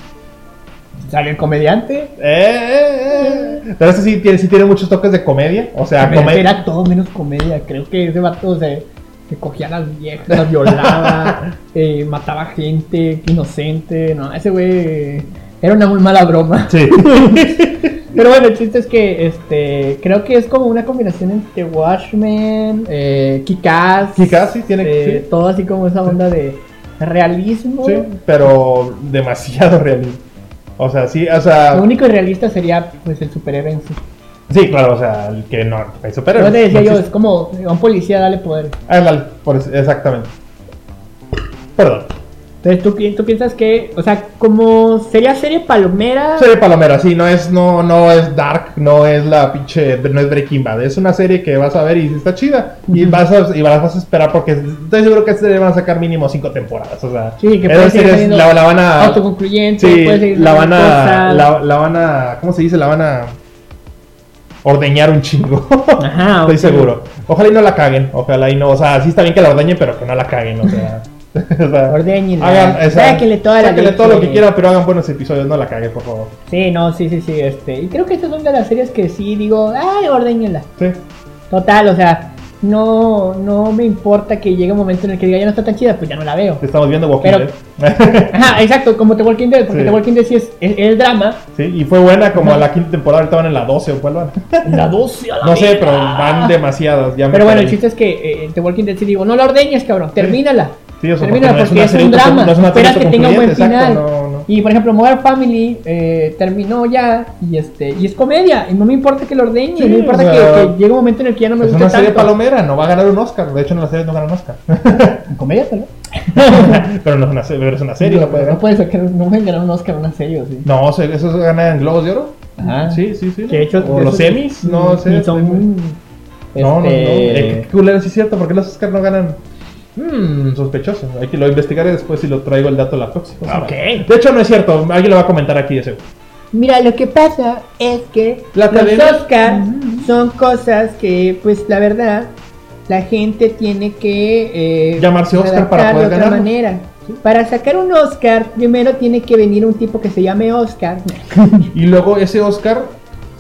Speaker 1: Sale el comediante.
Speaker 2: Eh, eh, eh. Pero este sí tiene, sí tiene muchos toques de comedia. O sea,
Speaker 1: Pero
Speaker 2: comedia...
Speaker 1: Era todo menos comedia. Creo que ese vato se, se cogía a las viejas, las violaba,
Speaker 2: [laughs]
Speaker 1: eh, mataba gente inocente. No, ese güey eh, era una muy mala broma.
Speaker 2: Sí.
Speaker 1: Pero bueno, el chiste es que este creo que es como una combinación entre Watchmen, eh, Kick-Ass,
Speaker 2: Kick-Ass, sí, tiene-
Speaker 1: eh,
Speaker 2: sí.
Speaker 1: todo así como esa onda de realismo.
Speaker 2: Sí, pero demasiado [laughs] realista. O sea, sí, o sea...
Speaker 1: Lo único irrealista sería pues el superhéroe en sí.
Speaker 2: Sí, claro, o sea, el que no hay
Speaker 1: Pero
Speaker 2: superhéroes.
Speaker 1: te decía
Speaker 2: no
Speaker 1: yo, es
Speaker 2: existe.
Speaker 1: como a un policía dale poder.
Speaker 2: Ándale, por eso- exactamente. Perdón.
Speaker 1: Entonces tú, pi- tú piensas que, o sea, como sería serie palomera,
Speaker 2: Serie palomera, sí, no es, no, no es dark, no es la pinche, no es Breaking Bad, es una serie que vas a ver y está chida, y
Speaker 1: Ujú.
Speaker 2: vas a, y las vas a esperar porque estoy seguro que se le van a sacar mínimo cinco temporadas, o sea,
Speaker 1: Sí, que
Speaker 2: esas
Speaker 1: puede seguir
Speaker 2: series
Speaker 1: saliendo
Speaker 2: la, la van a,
Speaker 1: autoconcluyente,
Speaker 2: sí,
Speaker 1: puedes seguir
Speaker 2: la van a,
Speaker 1: cosas.
Speaker 2: la, la van a, ¿cómo se dice? La van a ordeñar un chingo, [laughs]
Speaker 1: Ajá,
Speaker 2: estoy
Speaker 1: Ah, ok.
Speaker 2: seguro, ojalá y no la caguen, ojalá y no, o sea, sí está bien que la ordeñen, pero que no la caguen, o sea, [laughs] o sea,
Speaker 1: Ordéñenla,
Speaker 2: hagan, o sea,
Speaker 1: sáquenle toda la
Speaker 2: sáquenle
Speaker 1: leche.
Speaker 2: todo lo que quieran, pero hagan buenos episodios, no la caguen, por favor.
Speaker 1: Sí, no, sí, sí, sí, este. Y creo que estas son de las series que sí digo, ay, ordéñenla.
Speaker 2: Sí.
Speaker 1: Total, o sea, no, no me importa que llegue un momento en el que diga ya no está tan chida, pues ya no la veo.
Speaker 2: Estamos viendo Walking
Speaker 1: Pero-
Speaker 2: Dead. [laughs]
Speaker 1: Ajá, exacto, como The Walking Dead, porque
Speaker 2: Sí.
Speaker 1: The Walking Dead sí es, es- es drama.
Speaker 2: sí, y fue buena como a la quinta temporada, ahorita van en la 12 o cuál van.
Speaker 1: La 12 a la
Speaker 2: No sé,
Speaker 1: verga.
Speaker 2: pero van demasiadas. Ya me
Speaker 1: Pero bueno, el
Speaker 2: perdí.
Speaker 1: chiste es que eh, The Walking Dead sí digo, no la ordeñes, cabrón, termínala.
Speaker 2: Sí, o sea,
Speaker 1: termínala
Speaker 2: porque no
Speaker 1: porque
Speaker 2: es una
Speaker 1: es,
Speaker 2: serie
Speaker 1: un
Speaker 2: autocon-
Speaker 1: drama.
Speaker 2: no es una serie
Speaker 1: Esperas que tenga un buen final.
Speaker 2: autoconcluyente, exacto, no, no.
Speaker 1: Y por ejemplo, Modern Family eh, terminó ya y este y es comedia. Y no me importa que lo ordeñe,
Speaker 2: Sí,
Speaker 1: no me importa
Speaker 2: o
Speaker 1: que-
Speaker 2: sea,
Speaker 1: que, llegue un momento en el Pues que ya no me
Speaker 2: es
Speaker 1: guste
Speaker 2: una serie
Speaker 1: tanto.
Speaker 2: palomera, no va a ganar un Oscar. De hecho, en las series no
Speaker 1: [laughs]
Speaker 2: ganan Oscar.
Speaker 1: Comedia, tal vez.
Speaker 2: pero no es una, se- pero es una serie,
Speaker 1: no,
Speaker 2: no puede
Speaker 1: no
Speaker 2: ganar.
Speaker 1: puede sacar, no pueden ganar un Oscar una serie, ¿o sí?
Speaker 2: No, o sea, ¿esos ganan Globos de Oro?
Speaker 1: Ajá.
Speaker 2: Sí, sí, sí.
Speaker 1: Que de hecho,
Speaker 2: o
Speaker 1: de
Speaker 2: los
Speaker 1: esos-
Speaker 2: semis, no
Speaker 1: ni-
Speaker 2: sé.
Speaker 1: ni son,
Speaker 2: No, no, no. Eh, qué
Speaker 1: este,
Speaker 2: culero, sí es cierto, porque los Oscar no ganan. Mmm, sospechoso. Hay que lo investigaré después si lo traigo el dato la próxima. semana.
Speaker 3: Ok.
Speaker 2: De hecho, no es cierto. Alguien lo va a comentar aquí, de seguro.
Speaker 1: Mira, lo que pasa es que
Speaker 2: La
Speaker 1: los
Speaker 2: cadena-
Speaker 1: Oscars son cosas que, pues, la verdad, la gente tiene que eh,
Speaker 2: Llamarse Oscar para
Speaker 1: adaptar
Speaker 2: poder
Speaker 1: de otra
Speaker 2: ganarlo.
Speaker 1: manera. Para sacar un Oscar, primero tiene que venir un tipo que se llame Oscar,
Speaker 2: Y luego ese Oscar,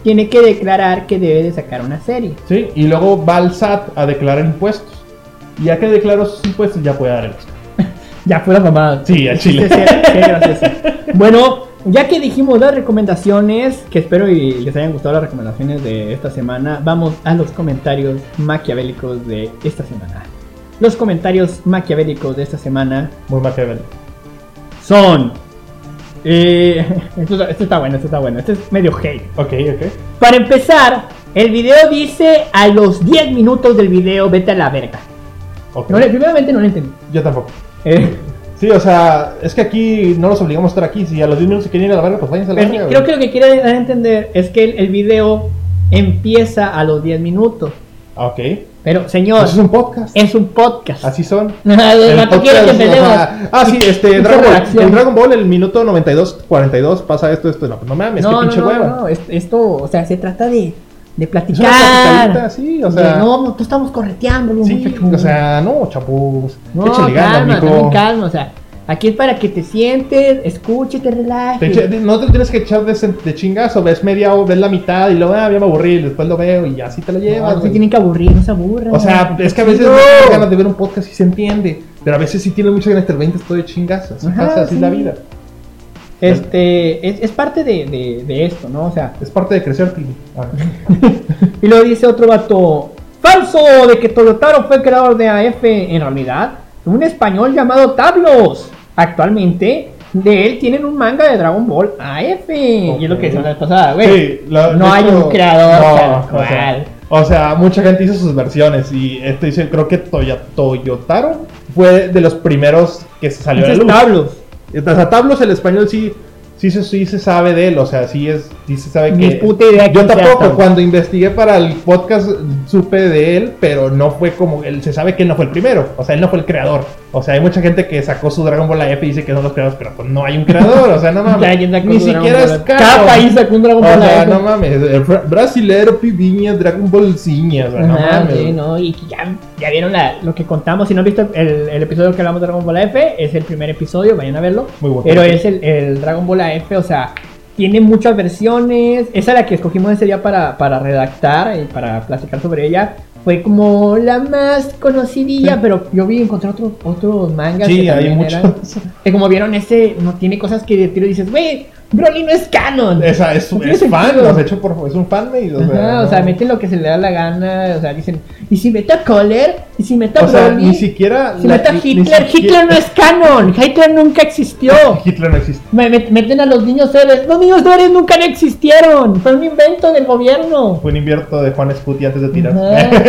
Speaker 1: tiene que declarar que debe de sacar una serie.
Speaker 2: ¿sí? Y luego va al SAT a declarar impuestos. Y ya que declaró sus impuestos, ya puede dar el Oscar.
Speaker 1: Ya fue la mamada.
Speaker 2: Sí, a Chile.
Speaker 1: Sí, sí, sí, gracioso. Bueno, ya que dijimos las recomendaciones, que espero y les hayan gustado las recomendaciones de esta semana, vamos a los comentarios maquiavélicos de esta semana. Los comentarios maquiavélicos de esta semana
Speaker 2: Muy maquiavel.
Speaker 1: son... eh, [laughs] esto, está- esto está bueno, esto está bueno, esto es medio hate.
Speaker 2: Ok, ok.
Speaker 1: Para empezar, el video dice a los 10 minutos del video, vete a la verga.
Speaker 2: ok.
Speaker 1: No le- primeramente no lo entendí.
Speaker 2: Yo tampoco.
Speaker 1: Eh,
Speaker 2: Sí, o sea, es que aquí no los obligamos a estar aquí. Si a los 10 minutos se quieren ir a la verga, pues váyanse a la
Speaker 1: Pero
Speaker 2: verga.
Speaker 1: creo
Speaker 2: güey.
Speaker 1: que lo que quiere dar a entender es que el, el video empieza a los 10 minutos.
Speaker 2: Ah, Ok.
Speaker 1: Pero, señor,
Speaker 2: Eso es un podcast.
Speaker 1: es un podcast.
Speaker 2: Así son. El
Speaker 1: [laughs] No, tú eh, quieres que
Speaker 2: podcast, o
Speaker 1: empecemos.
Speaker 2: sea, ah, sí, este,
Speaker 1: Mucha
Speaker 2: Dragon Ball,
Speaker 1: reacción.
Speaker 2: el Dragon Ball, el minuto 92-42, pasa esto, esto, no, pues no mames,
Speaker 1: no,
Speaker 2: qué
Speaker 1: no,
Speaker 2: pinche
Speaker 1: no,
Speaker 2: hueva.
Speaker 1: no, es- esto, o sea, se trata de, de
Speaker 2: Es una platicadita,
Speaker 1: platicar.
Speaker 2: sí, o
Speaker 1: De,
Speaker 2: sea,
Speaker 1: no, no, tú estamos correteando,
Speaker 2: sí,
Speaker 1: muchacho.
Speaker 2: o sea, no, chapuz,
Speaker 1: no,
Speaker 2: échale
Speaker 1: calma,
Speaker 2: ganas, mijo.
Speaker 1: también calma, o sea, aquí es para que te sientes, escuches, te relajes.
Speaker 2: Te echa- no te tienes que echar de, sen- de chingazo, ves media o ves la mitad y luego, ah, ya me aburrí, y después lo veo y así te lo
Speaker 1: No,
Speaker 2: llevas.
Speaker 1: no se
Speaker 2: güey.
Speaker 1: tienen que aburrir, no se aburran.
Speaker 2: o sea, es que a veces
Speaker 1: No.
Speaker 2: no tienes ganas de ver un podcast y se entiende, pero a veces sí tienes muchas ganas de estar 20 estoy de chingazo, así
Speaker 1: Ajá,
Speaker 2: pasa, así es
Speaker 1: sí.
Speaker 2: la vida.
Speaker 1: Este, es, es parte de, de, de esto, ¿no? O sea,
Speaker 2: Es parte de crecer, Timmy. Ah.
Speaker 1: Y luego dice otro vato, falso de que Toyotaro fue el creador de AF en realidad, un español llamado Tablos. Actualmente de él tienen un manga de Dragon Ball AF. Y es lo que
Speaker 2: Ok.
Speaker 1: decíamos la vez pasada, güey.
Speaker 2: Sí, la-
Speaker 1: no
Speaker 2: de
Speaker 1: hay
Speaker 2: hecho,
Speaker 1: un creador
Speaker 2: no,
Speaker 1: tal
Speaker 2: o sea,
Speaker 1: cual.
Speaker 2: o sea, mucha gente hizo sus versiones y este dice, creo que Toya- Toyotaro fue de los primeros que se salió a la
Speaker 1: Entonces,
Speaker 2: luz.
Speaker 1: Tablos.
Speaker 2: Entonces, a Tablos el español sí, sí, se, sí se sabe de él, o sea, sí, es, sí se sabe
Speaker 1: Ni
Speaker 2: que...
Speaker 1: puta idea
Speaker 2: Yo
Speaker 1: quién sea
Speaker 2: tampoco,
Speaker 1: Tablos.
Speaker 2: cuando investigué para el podcast supe de él, pero no fue como, él, se sabe que él no fue el primero, o sea, él no fue el creador. O sea, hay mucha gente que sacó su Dragon Ball F y dice que son los creadores, pero pues no hay un creador, o sea,
Speaker 1: [laughs]
Speaker 2: no
Speaker 1: O sea,
Speaker 2: mames.
Speaker 1: ¿quién sacó
Speaker 2: Ni
Speaker 1: un Dragon
Speaker 2: siquiera
Speaker 1: Ball
Speaker 2: es
Speaker 1: AF?
Speaker 2: canon.
Speaker 1: Cada país sacó un Dragon
Speaker 2: O
Speaker 1: Ball
Speaker 2: sea,
Speaker 1: AF.
Speaker 2: no mames, el fra- brasilero, pibiña, Dragon Ball ciña, o sea, no
Speaker 1: Ajá,
Speaker 2: mames.
Speaker 1: sí, no, y que ya, ya vieron la- lo que contamos. Si no han visto el, el episodio que hablamos de Dragon Ball AF, es el primer episodio, vayan a verlo.
Speaker 2: Muy bueno.
Speaker 1: Pero es el, el Dragon Ball AF, o sea, tiene muchas versiones. Esa la que escogimos ese día para, para redactar y para platicar sobre ella. Fue como la más conocidilla,
Speaker 2: Sí.
Speaker 1: pero yo vi encontrar otros otros mangas.
Speaker 2: Sí,
Speaker 1: que
Speaker 2: hay
Speaker 1: también
Speaker 2: muchos.
Speaker 1: eran- que como vieron ese, no tiene cosas que de tiro dices, güey, Broly no es canon.
Speaker 2: Esa es,
Speaker 1: No tiene
Speaker 2: es fan,
Speaker 1: sentido.
Speaker 2: o sea, hecho por, es un fan made, o sea,
Speaker 1: Ajá, o sea,
Speaker 2: no.
Speaker 1: meten lo que se le da la gana, o sea, dicen, ¿y si meto a Kohler? ¿Y si meto a
Speaker 2: O sea,
Speaker 1: Broly?
Speaker 2: ni siquiera...
Speaker 1: si
Speaker 2: la-
Speaker 1: meto a
Speaker 2: ni- ni
Speaker 1: Hitler,
Speaker 2: siquiera-
Speaker 1: Hitler no es canon, Hitler nunca existió.
Speaker 2: Hitler no existe.
Speaker 1: Me- me- meten a los niños héroes, los niños héroes nunca no existieron, fue un invento del gobierno.
Speaker 2: Fue un invierto de Juan Scuti antes de tirar.
Speaker 1: Ajá.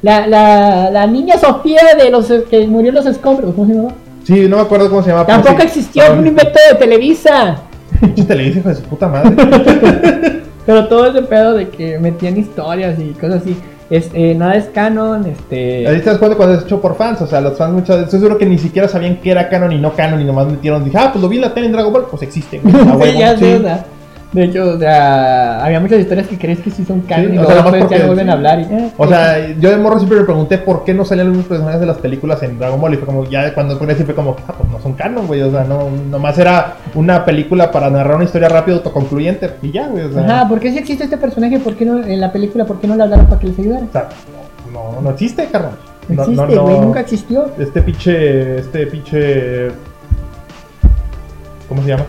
Speaker 1: La, la, la niña Sofía de los que murió en los escombros, ¿cómo se llamaba?
Speaker 2: [laughs] sí, no me acuerdo cómo se llama. pero
Speaker 1: Tampoco
Speaker 2: Ah, sí. Ah.
Speaker 1: existió,
Speaker 2: No,
Speaker 1: fue un invento de Televisa.
Speaker 2: Pinche Televisa, hijo de su puta
Speaker 1: [laughs]
Speaker 2: madre.
Speaker 1: Pero todo ese pedo de que metían historias y cosas así. Es, eh, nada es canon, este... [laughs]
Speaker 2: Ahí te das cuenta cuando es hecho por fans. O sea, los fans muchas veces, estoy seguro que ni siquiera sabían que era canon y no canon y nomás metieron. Dije, ah, pues lo vi en la tele en Dragon Ball. Pues existe,
Speaker 1: [laughs]
Speaker 2: güey. a
Speaker 1: Sí,
Speaker 2: huevo,
Speaker 1: ya sé,
Speaker 2: sí.
Speaker 1: o sea, De hecho, o sea, había muchas historias que crees que sí son canon
Speaker 2: Sí,
Speaker 1: y
Speaker 2: o
Speaker 1: luego
Speaker 2: sea, nada más
Speaker 1: después
Speaker 2: porque-
Speaker 1: ya no vuelven a hablar. y, eh,
Speaker 2: O sea, yo de morro siempre me pregunté por qué no salían algunos personajes de las películas en Dragon Ball. Y fue como, ya cuando con fue como, ah, pues no son canon, güey. O sea, no, nomás era una película para narrar una historia rápido, autoconcluyente. Y ya, güey. O sea,
Speaker 1: ajá, ¿por qué si existe este personaje? ¿Por qué no en la película? ¿Por qué no le hablaron para que les ayudara?
Speaker 2: o sea, no, no existe, carnal.
Speaker 1: No
Speaker 2: No- no-
Speaker 1: existe, güey,
Speaker 2: no.
Speaker 1: nunca existió.
Speaker 2: Este pinche. Este pinche. ¿Cómo se llama?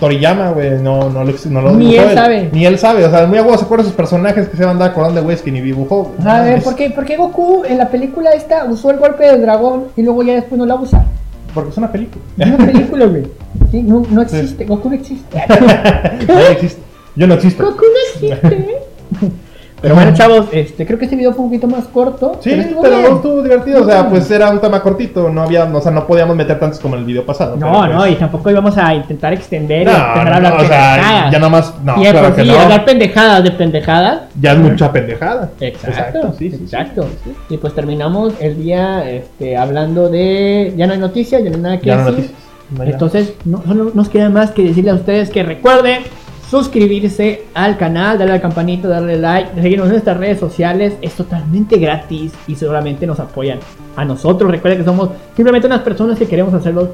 Speaker 2: Toriyama, güey. No, no, lo, no lo
Speaker 1: Ni
Speaker 2: dibujó
Speaker 1: él sabe.
Speaker 2: Ni él sabe. O sea, muy agua se acuerda de sus personajes que se van a andar acordando de güeyes que ni dibujó. güey.
Speaker 1: Ajá, a ver,
Speaker 2: Es-
Speaker 1: ¿por qué, ¿por qué Goku en la película esta usó el golpe del dragón y luego ya después no la usa?
Speaker 2: Porque es una película.
Speaker 1: Es
Speaker 2: [laughs]
Speaker 1: una película, güey. Sí, no, no existe, Goku no existe.
Speaker 2: [laughs] Nadie existe. Yo no existo.
Speaker 1: Goku no existe. Pero bueno, chavos, este, creo que este video fue un poquito más corto.
Speaker 2: Sí,
Speaker 1: estuvo
Speaker 2: pero
Speaker 1: bien.
Speaker 2: no estuvo divertido. O sea, pues era un tema cortito. No había, o sea, no podíamos meter tantos como en el video pasado.
Speaker 1: No,
Speaker 2: pero,
Speaker 1: no,
Speaker 2: pues,
Speaker 1: y tampoco íbamos a intentar extender y
Speaker 2: No,
Speaker 1: empezar a hablar
Speaker 2: no, o sea,
Speaker 1: pendejadas.
Speaker 2: ya nomás. No,
Speaker 1: y de
Speaker 2: claro
Speaker 1: por
Speaker 2: que
Speaker 1: sí,
Speaker 2: no.
Speaker 1: hablar pendejadas de pendejadas.
Speaker 2: Ya es mucha pendejada.
Speaker 1: Exacto,
Speaker 2: sí, sí, sí.
Speaker 1: exacto. Y pues terminamos el día este, hablando de. Ya no hay noticias, ya no hay nada que
Speaker 2: Ya no
Speaker 1: decir.
Speaker 2: noticias. No hay nada.
Speaker 1: Entonces, no, solo nos queda más que decirle a ustedes que recuerden suscribirse al canal, darle a la campanita, darle like, seguirnos en nuestras redes sociales. Es totalmente gratis y solamente nos apoyan a nosotros. Recuerden que somos simplemente unas personas que queremos hacerlo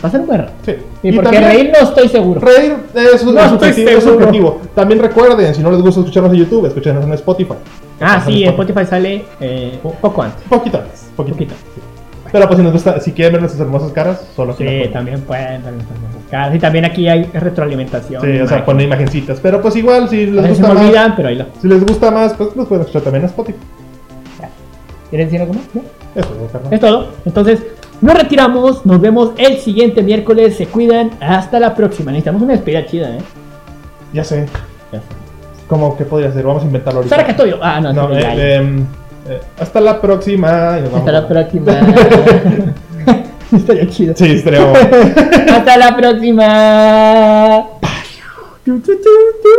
Speaker 1: pasar un buen rato.
Speaker 2: Sí.
Speaker 1: Y, porque
Speaker 2: también-
Speaker 1: reír no estoy seguro.
Speaker 2: Reír
Speaker 1: No
Speaker 2: es, es
Speaker 1: estoy
Speaker 2: subjetivo, es
Speaker 1: seguro.
Speaker 2: subjetivo. También recuerden, si no les gusta escucharnos en YouTube, escúchenos en Spotify.
Speaker 1: ah, sí, en
Speaker 2: en
Speaker 1: Spotify sale eh, un poco antes.
Speaker 2: Poquito antes, poquito.
Speaker 1: Poquito.
Speaker 2: Sí. Pero pues si nos gusta, si quieren ver nuestras hermosas caras, solo aquí nos
Speaker 1: Sí,
Speaker 2: ponen.
Speaker 1: también pueden, también pueden buscar. Y también aquí hay retroalimentación.
Speaker 2: Sí, o sea,
Speaker 1: imagen.
Speaker 2: ponen imagencitas. Pero pues igual, si
Speaker 1: A
Speaker 2: les
Speaker 1: veces se
Speaker 2: gusta
Speaker 1: me
Speaker 2: más,
Speaker 1: olvidan, pero ahí lo.
Speaker 2: si les gusta más, pues nos pueden escuchar también en Spotify.
Speaker 1: ¿Quieres decir algo más? Eh. ¿No?
Speaker 2: Eso es, carnal.
Speaker 1: Es todo. Entonces, nos retiramos. Nos vemos el siguiente miércoles. Se cuidan. Hasta la próxima. Necesitamos una despedida chida, ¿eh?
Speaker 2: Ya sé. ¿Cómo que podría ser? Vamos a inventarlo ahorita.
Speaker 1: Sara Catoyo. Ah, no,
Speaker 2: No,
Speaker 1: no.
Speaker 2: eh, em, eh, hasta la próxima. y nos
Speaker 1: Hasta la
Speaker 2: vamos.
Speaker 1: próxima. Estaría [laughs] chido.
Speaker 2: Sí, estaría bueno.
Speaker 1: Hasta la próxima. Tu, tu, tu, tu.